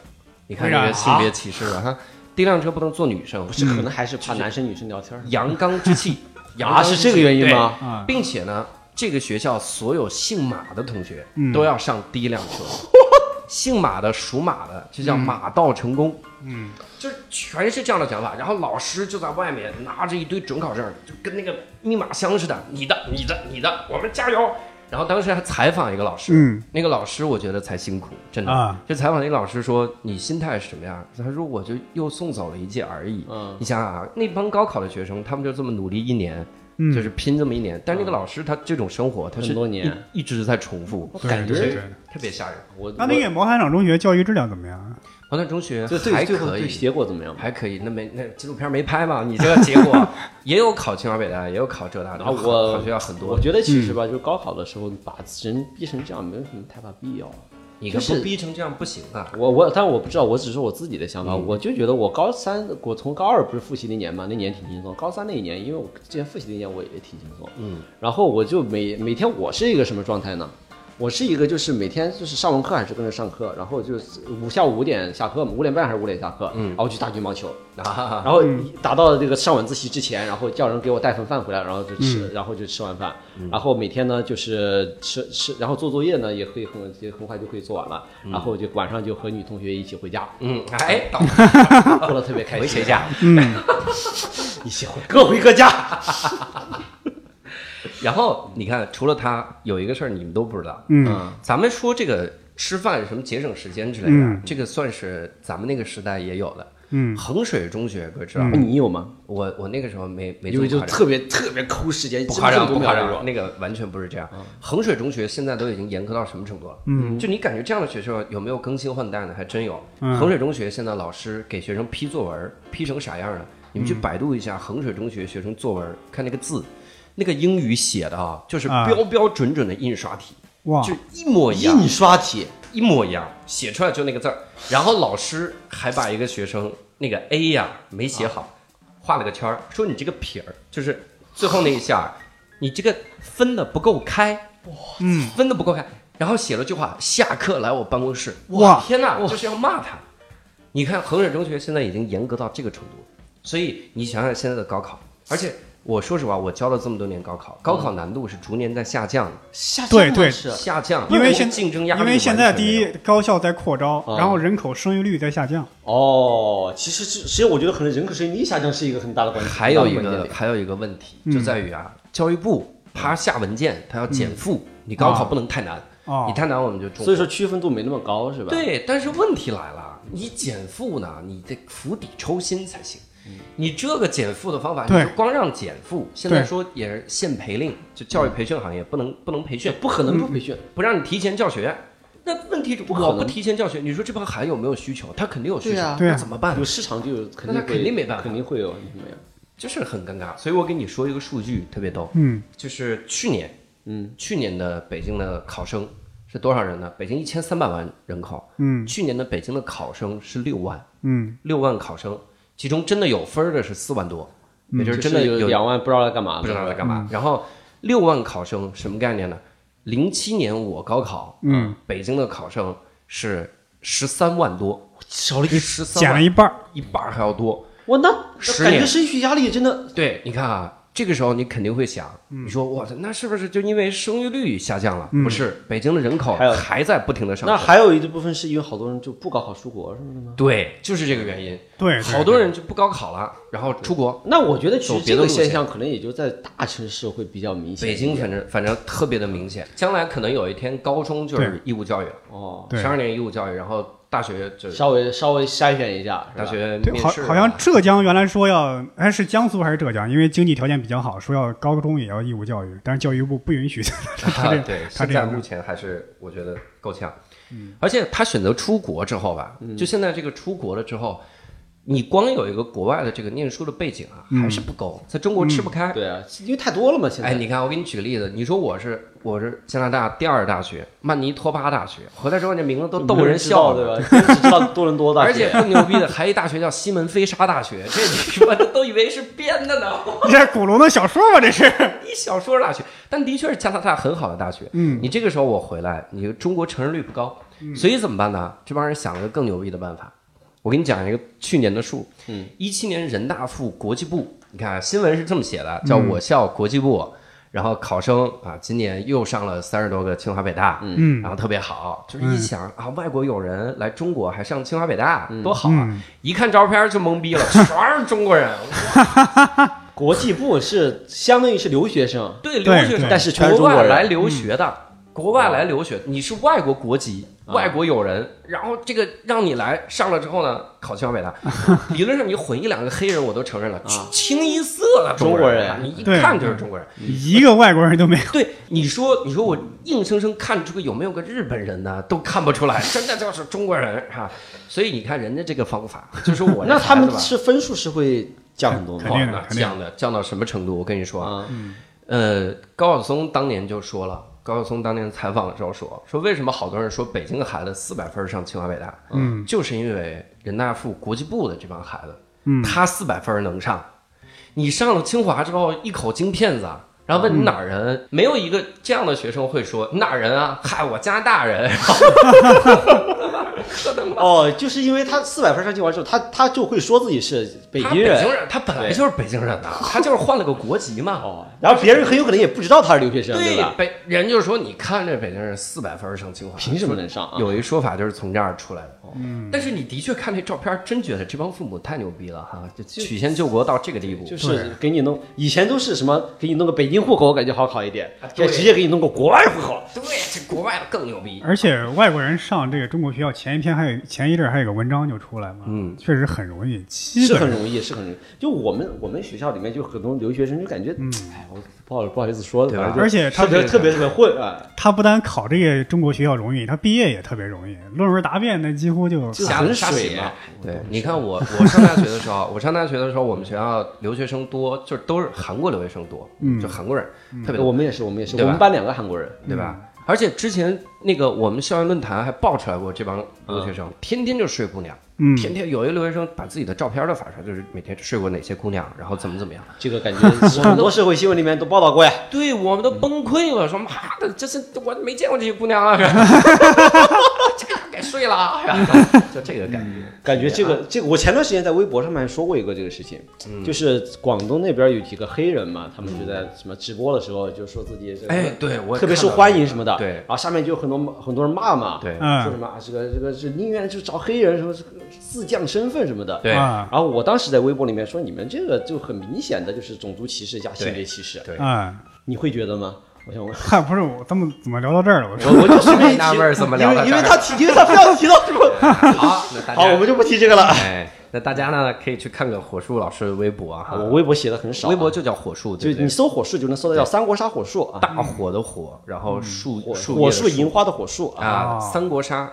S1: 你看这个
S2: 为啥
S1: 性
S3: 啊
S1: 别歧视了哈，第一辆车不能坐女生
S3: 不，是可能还是怕男生女生聊天儿
S1: 阳刚之气，嗯阳
S3: 啊？
S1: 刚之
S3: 是
S1: 气
S3: 这个原因？吗？
S2: 啊
S1: 对，并且呢，这个学校所有姓马的同学
S2: 嗯
S1: 都要上第一辆 车，姓马的属马的就叫马到成功。
S2: 嗯
S1: 就是全是这样的想法，然后老师就在外面拿着一堆准考证，就跟那个密码箱似的，你的、你的、你的，我们加油。然后当时还采访一个老师，
S2: 嗯
S1: 那个老师我觉得才辛苦，真的。
S2: 啊
S1: 就采访那个老师说：“你心态是什么样？”他说：“我就又送走了一届而已。
S3: 嗯
S1: 你想想啊，那帮高考的学生，他们就这么努力一年，
S2: 嗯，
S1: 就是拼这么一年。但那个老师他这种生嗯活，他是
S3: 很多年
S1: 一一直在重复，
S3: 我
S2: 对
S3: 感
S2: 对
S3: 觉
S2: 对
S1: 特别吓人。
S3: 我
S2: 那那个毛坦厂中学教育质量怎么样？啊
S1: 华南中学
S3: 我最
S1: 还
S3: 最最后
S1: 可
S3: 对
S1: 以，
S3: 结果怎么样？
S1: 还可以，那没那纪录片没拍嘛？你这个结 果也有考清华北大，也有考浙大，
S3: 啊
S1: 好
S3: 我
S1: 好学校很多嗯
S3: 我。觉得其实吧，就是高考的时候把人逼成这样，没有什么太大必要。
S1: 你
S3: 就
S1: 可
S3: 是
S1: 不逼成这样不行啊！
S3: 我我，但我不知道，我只是我自己的想法。
S1: 嗯
S3: 我就觉得我高三，我从高二不是复习那年嘛，那年挺轻松。高三那一年，因为我之前复习那年我也挺轻松，
S1: 嗯，
S3: 然后我就每每天我是一个什么状态呢？我是一个就是每天就是上完课还是跟着上课，然后就是五下午五点下课嘛，五点半还是五点下课，嗯，然后去打乒乓球，
S1: 啊，
S3: 然后打到这个上晚自习之前，然后叫人给我带份饭回来，然后就
S1: 嗯
S3: 吃，然后就吃完饭，然后每天呢就是吃吃，然后做作业呢也可以很也很快就可以做完了，然后就晚上就和女同学一起 回家，
S1: 嗯，哎，到
S3: 过得特别开
S1: 回
S3: 心。
S1: 谁家？
S3: 一起回各回各家。
S1: 然后你看，除了他，有一个事儿你们都不知道，
S2: 嗯
S3: 嗯，
S1: 咱们说这个吃饭什么节省时间之类的，
S2: 嗯
S1: 这个算是咱们那个时代也有的。
S2: 嗯
S1: 衡水中学各位知道，
S3: 你有吗？
S1: 我我那个时候没没这
S3: 嗯因
S1: 么
S3: 为就
S1: 夸张。
S3: 特别特别抠时间，
S1: 不夸张，
S3: 几
S1: 不
S3: 分钟
S1: 夸
S3: 秒这
S1: 张，
S3: 种。
S1: 那个完全不是这样。衡水中学现在都已经严苛到什么程度了？嗯，就你感觉这样的学校有没有更新换代呢？还真有。
S2: 嗯
S1: 衡水中学现在老师给学生批作文，批成啥样呢？
S2: 嗯
S1: 你们去百度一下衡水中学学生作文，看那个字，那个英语写的啊，就是
S2: 啊
S1: 标标准准的印刷体，
S2: 哇
S1: 就一模一样。
S3: 印刷体，
S1: 一模一样，写出来就那个字儿。然后老师还把一个学生那个 A 呀、没写好，
S2: 啊
S1: 画了个圈儿，说你这个撇儿就是最后那一下儿，你这个分的不够开，
S2: 嗯
S1: 分的不够开。然后写了句话：下课来我办公室。
S2: 哇
S1: 天哪，就是要骂他。你看衡水中学现在已经严格到这个程度，所以你想想现在的高考，而且我说实话，我教了这么多年高考，高考难度是逐年在下降的，
S3: 下
S2: 对
S3: 降
S2: 对
S3: 是
S1: 下降，
S2: 嗯因为现
S1: 竞争压力
S2: 因
S1: 完全没有，哦
S2: 为现在第一高校在扩招，
S3: 啊
S2: 然后人口生育率在下降，
S3: 哦，其实是，其实我觉得可能人口生育率下降是一个很大的关系。
S1: 还有一
S3: 很大的关
S1: 个
S3: 键
S1: 还有一个问
S2: 嗯
S1: 题就在于啊，教育部他下文件，他要减负，你高考不能太难，
S2: 哦
S1: 你太难我们就重。
S3: 所以说区分度没那么高是吧？，
S1: 对，但是问题来了，你减负呢，你得釜底抽薪才行。你这个减负的方法，你
S2: 对
S1: 就光让减负，现在
S2: 对
S1: 说也是限培令，就教育培训行业不能不能培训，
S3: 不可
S2: 嗯
S3: 能不培训。
S1: 不让你提前教学。那问题是
S3: 不可能
S1: 我不提前教学，你说这帮孩子有没有需求？他肯定有需
S3: 对
S1: 求，
S3: 啊
S2: 对啊
S1: 那怎么办
S3: 有？市场就有肯
S1: 那
S3: 定
S1: 他
S3: 会
S1: 肯定没办法
S3: 肯定会有没有？
S1: 就是很尴尬。所以我给你说一个数据，特别逗，
S2: 嗯，
S1: 就是去年
S3: 嗯，
S1: 去年的北京的考生是多少人呢？北京一千三百万人口，
S2: 嗯
S1: 去年的北京的考生是六万，
S2: 嗯，
S1: 六万考生，其中真的有分儿的是四万多，也嗯就是真的
S3: 嗯有
S1: 有
S3: 两万不知道在干嘛的，
S1: 不知道在干嘛。然后六万考生什么概念呢？零七年我高考，
S2: 嗯，
S1: 北京的考生是十三万多，
S3: 少了一
S1: 十三
S2: 减了
S1: 万
S2: 一半儿，
S1: 一半儿还要多。
S3: 哇，那
S1: 十
S3: 感觉
S1: 年
S3: 升学压力真的
S1: 对，嗯你看啊，这个时候你肯定会想，你说我那是不是就因为生育率下降了？不是，北京的人口
S3: 还有
S1: 嗯还在不停的上
S3: 那
S1: 升。
S3: 还有一部分是因为好多人就不高考出国什么的吗？
S1: 对，就是这个原因，
S2: 对，对
S1: 好多人就不高考了，然后出国。
S3: 那我觉得其
S1: 走
S3: 实
S1: 别的
S3: 这个
S1: 路线
S3: 现象可能也就在大城市会比较明显一
S1: 北
S3: 点。
S1: 京反正反正特别的明显，将来可能有一天高中就是义务教育了，
S3: 哦，
S2: 对
S1: 十二年义务教育，然后大学就是
S3: 稍微稍微筛选一下，是
S1: 大
S3: 吧
S1: 学
S2: 对，
S1: 面
S2: 好
S1: 试，啊
S2: 好像浙江原来说要，哎，是江苏还是浙江？因为经济条件比较好，说要高中也要义务教育，但是教育部不允 许。他这
S1: 啊、对，
S2: 他
S1: 现
S2: 这
S1: 在
S2: 样
S1: 目
S2: 弄
S1: 前还是我觉得够呛。而且他选择出国之后吧，就现在这个出国了之后，你光有一个国外的这个念书的背景啊，还是不够，在中国吃不开。
S3: 对啊，因为太多了嘛，现在。
S1: 哎，你看，我给你举个例子，你说我是我是加拿大第二大学曼尼托巴大学，回来之后那名字都逗
S3: 没
S1: 人
S3: 知道
S1: 笑
S3: 对
S1: 的。
S3: 吧？真只知道多伦多大 学，
S1: 而且更牛逼的，还一大学叫西门菲沙大学，这你妈的都以为是编的呢。
S2: 这是古龙的小说吗？这是？
S1: 一小说大学，但的确是加拿大很好的大学。
S2: 嗯，
S1: 你这个时候我回来，你中国成人率不高，所以怎么办呢？这帮人想了个更牛逼的办法。我给你讲一个去年的数，
S3: 嗯，
S1: 一七年人大附国际部，你看啊新闻是这么写的，
S2: 嗯
S1: 叫我校国际部，然后考生啊，今年又上了三十多个清华北大，
S2: 嗯
S1: 然后特别好，就是一想、啊，外国友人来中国还上清华北大，多好啊！
S2: 嗯
S1: 一看照片就懵逼了，全是中国人，
S3: 国际部是相当于是留学生，
S1: 对，留
S2: 对
S1: 学生，
S2: 但
S3: 是全是
S1: 国
S3: 中国
S1: 外
S3: 人嗯
S1: 来留学的，国外来留学，你是外国国籍，
S3: 啊
S1: 外国友人，然后这个让你来上了之后呢，考清华北 大，理论上你混一两个黑人我都承认了，清一色的
S3: 啊中
S1: 国
S3: 国
S1: 人
S3: 人
S1: 啊，你一
S2: 对
S1: 看就是中国人。
S2: 一个外国人都没有。
S1: 对，你说你说我硬生生看出个有没有个日本人呢，都看不出来，真的就是中国人哈、所以你看人家这个方法，就说 我这
S3: 那他
S1: 孩子
S3: 们
S1: 吧
S3: 是分数是会降很多
S2: 肯
S3: 吗？
S2: 定
S1: 哇
S2: 的
S1: 那
S2: 肯定的
S1: 降的降到什么程度？我跟你说啊，
S3: 啊，
S1: 呃，高晓松当年就说了，高晓松当年采访的时候说，说为什么好多人说北京的孩子四百分上清华北大，
S2: 嗯，
S1: 就是因为人大附国际部的这帮孩子，
S2: 嗯
S1: 他四百分能上，你上了清华之后一口京片子啊。然后
S3: 嗯
S1: 问你哪儿人，没有一个这样的学生会说你哪儿人啊？嗨，我加拿大人。
S3: 哦，就是因为他四百分上清华之后，他他就会说自己是北
S1: 他
S3: 京
S1: 北京
S3: 人
S1: 人，他本来就是北京人呐，他就是换了个国籍嘛。
S3: 哦，然后别人很有可能也不知道他是留学生，对
S1: 对，
S3: 吧？
S1: 北人就说你看这北京人四百分上清华，
S3: 凭什么能上啊？
S1: 有一说法就是从这儿出来的。嗯，但是你的确看这照片，真觉得这帮父母太牛逼了哈，就曲线救国到这个地步
S3: 就。是给你弄，以前都是什么给你弄个北京户口，感觉好考一点，
S1: 啊对
S3: 现在直接给你弄个国外户口。
S1: 对，这国外的更牛逼。
S2: 而且外国人上这个中国学校，前一天还有前一阵儿还有个文章就出来嘛，
S1: 嗯，
S2: 确实很容易，基
S3: 是
S2: 本
S3: 很容易，是很容易。就我们我们学校里面就很多留学生，就感觉，哎，我不好不好意思说，
S1: 嗯对吧
S3: 反正就
S2: 而且他
S3: 特别
S1: 这个
S3: 特别特别混啊，
S2: 他不单考这个中国学校容易，他毕业也特别容易，论文答辩那几乎就
S3: 就
S1: 瞎
S3: 很
S1: 瞎
S3: 水
S1: 写
S3: 嘛。
S1: 对，你看我，我上大学的时候，我上大学的时候，我们学校留学生多，就是都是韩国留学生多，就韩国人特别
S3: 嗯我
S1: 多，
S3: 们也是，我们也是，
S1: 对
S3: 我
S1: 吧
S3: 们班嗯两个韩国人，
S1: 对吧？而且之前那个我们校园论坛还爆出来过这帮留学
S3: 嗯
S1: 生，天天就睡姑娘，
S2: 嗯，
S1: 天天有一留学生把自己的照片都发出来，就是每天睡过哪些姑娘，然后怎么怎么样。
S3: 这个 感觉很多社会新闻里面都报道过呀。
S1: 对我 们都崩溃了，说妈的，这是我没见过这些姑娘啊！该睡了，就这个感觉。
S3: 感觉这个这个，我前段时间在微博上面还说过一个这个事情，
S1: 嗯
S3: 就是广东那边有几个黑人嘛，他们就在什么直播的时候就说自己是
S1: 哎对我
S3: 特别
S1: 看
S3: 受
S1: 到
S3: 欢
S1: 了
S3: 迎什么的，
S1: 对
S3: 然后下面就有很多很多人骂嘛，
S1: 对
S2: 嗯
S3: 说什么啊这个这个是宁愿就找黑人什么这个自降身份什么的，
S1: 对
S2: 啊
S3: 然后我当时在微博里面说，你们这个就很明显的就是种族歧视加性别歧视，
S1: 对
S2: 啊，
S3: 你会觉得吗？我想问，
S2: 嗨，不是我怎么怎么聊到这儿了？我说
S3: 我就随便一提
S1: 纳闷儿怎么聊哎
S3: 因
S1: 到
S3: 为
S1: 这
S3: 因
S1: 儿
S3: 为他提，因为他非要提到 什么，
S1: 好，那大家
S3: 好，我们就不提这个了。
S1: 哎，那大家呢可以去看看火树老师的微博啊哈，
S3: 我微博写的很少啊，
S1: 微博就叫火树，
S3: 就
S1: 对不
S3: 你
S1: 对？
S3: 搜火树就能搜得到三国杀火树啊，
S1: 大火的火，然后树
S3: 嗯火
S1: 树
S3: 火
S1: 树
S3: 树银花的火树啊，
S1: 啊，
S2: 哦
S1: 三国杀，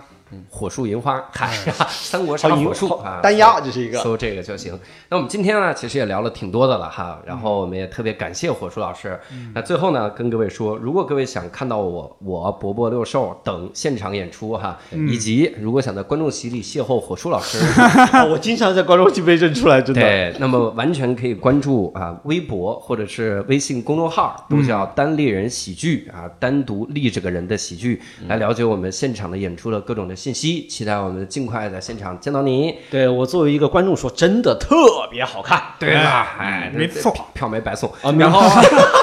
S1: 火树银花，嗨， 三国
S3: 好
S1: 杀
S3: 哦银
S1: 火树
S3: 好
S1: 啊，
S3: 单压这是一个，
S1: 搜这个就行。那我们今天呢，其实也聊了挺多的了哈，然后我们也特别感谢火树老师。那最后呢，跟各位说，如果各位想看到我、我伯伯六兽等现场演出哈，以及如果想在观众席里邂逅火树老师，
S3: 啊 我经常在观众席被认出来，真的。
S1: 对，那么完全可以关注啊微博或者是微信公众号，都叫单立人喜剧啊，单独立这个人的喜剧，来了解我们现场的演出的各种的信息。期待我们尽快在现场见到你。
S3: 对我作为一个观众说，真的特别好看。
S1: 对吧？哎，
S2: 没
S1: 这
S2: 错
S1: 票票没白送
S3: 啊没
S1: 然后，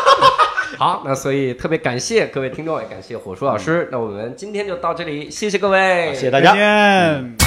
S1: 好，那所以特别感谢各位听众，也感谢火叔老师。那我们今天就到这里，谢谢各位，
S3: 谢谢大家
S2: 再。见。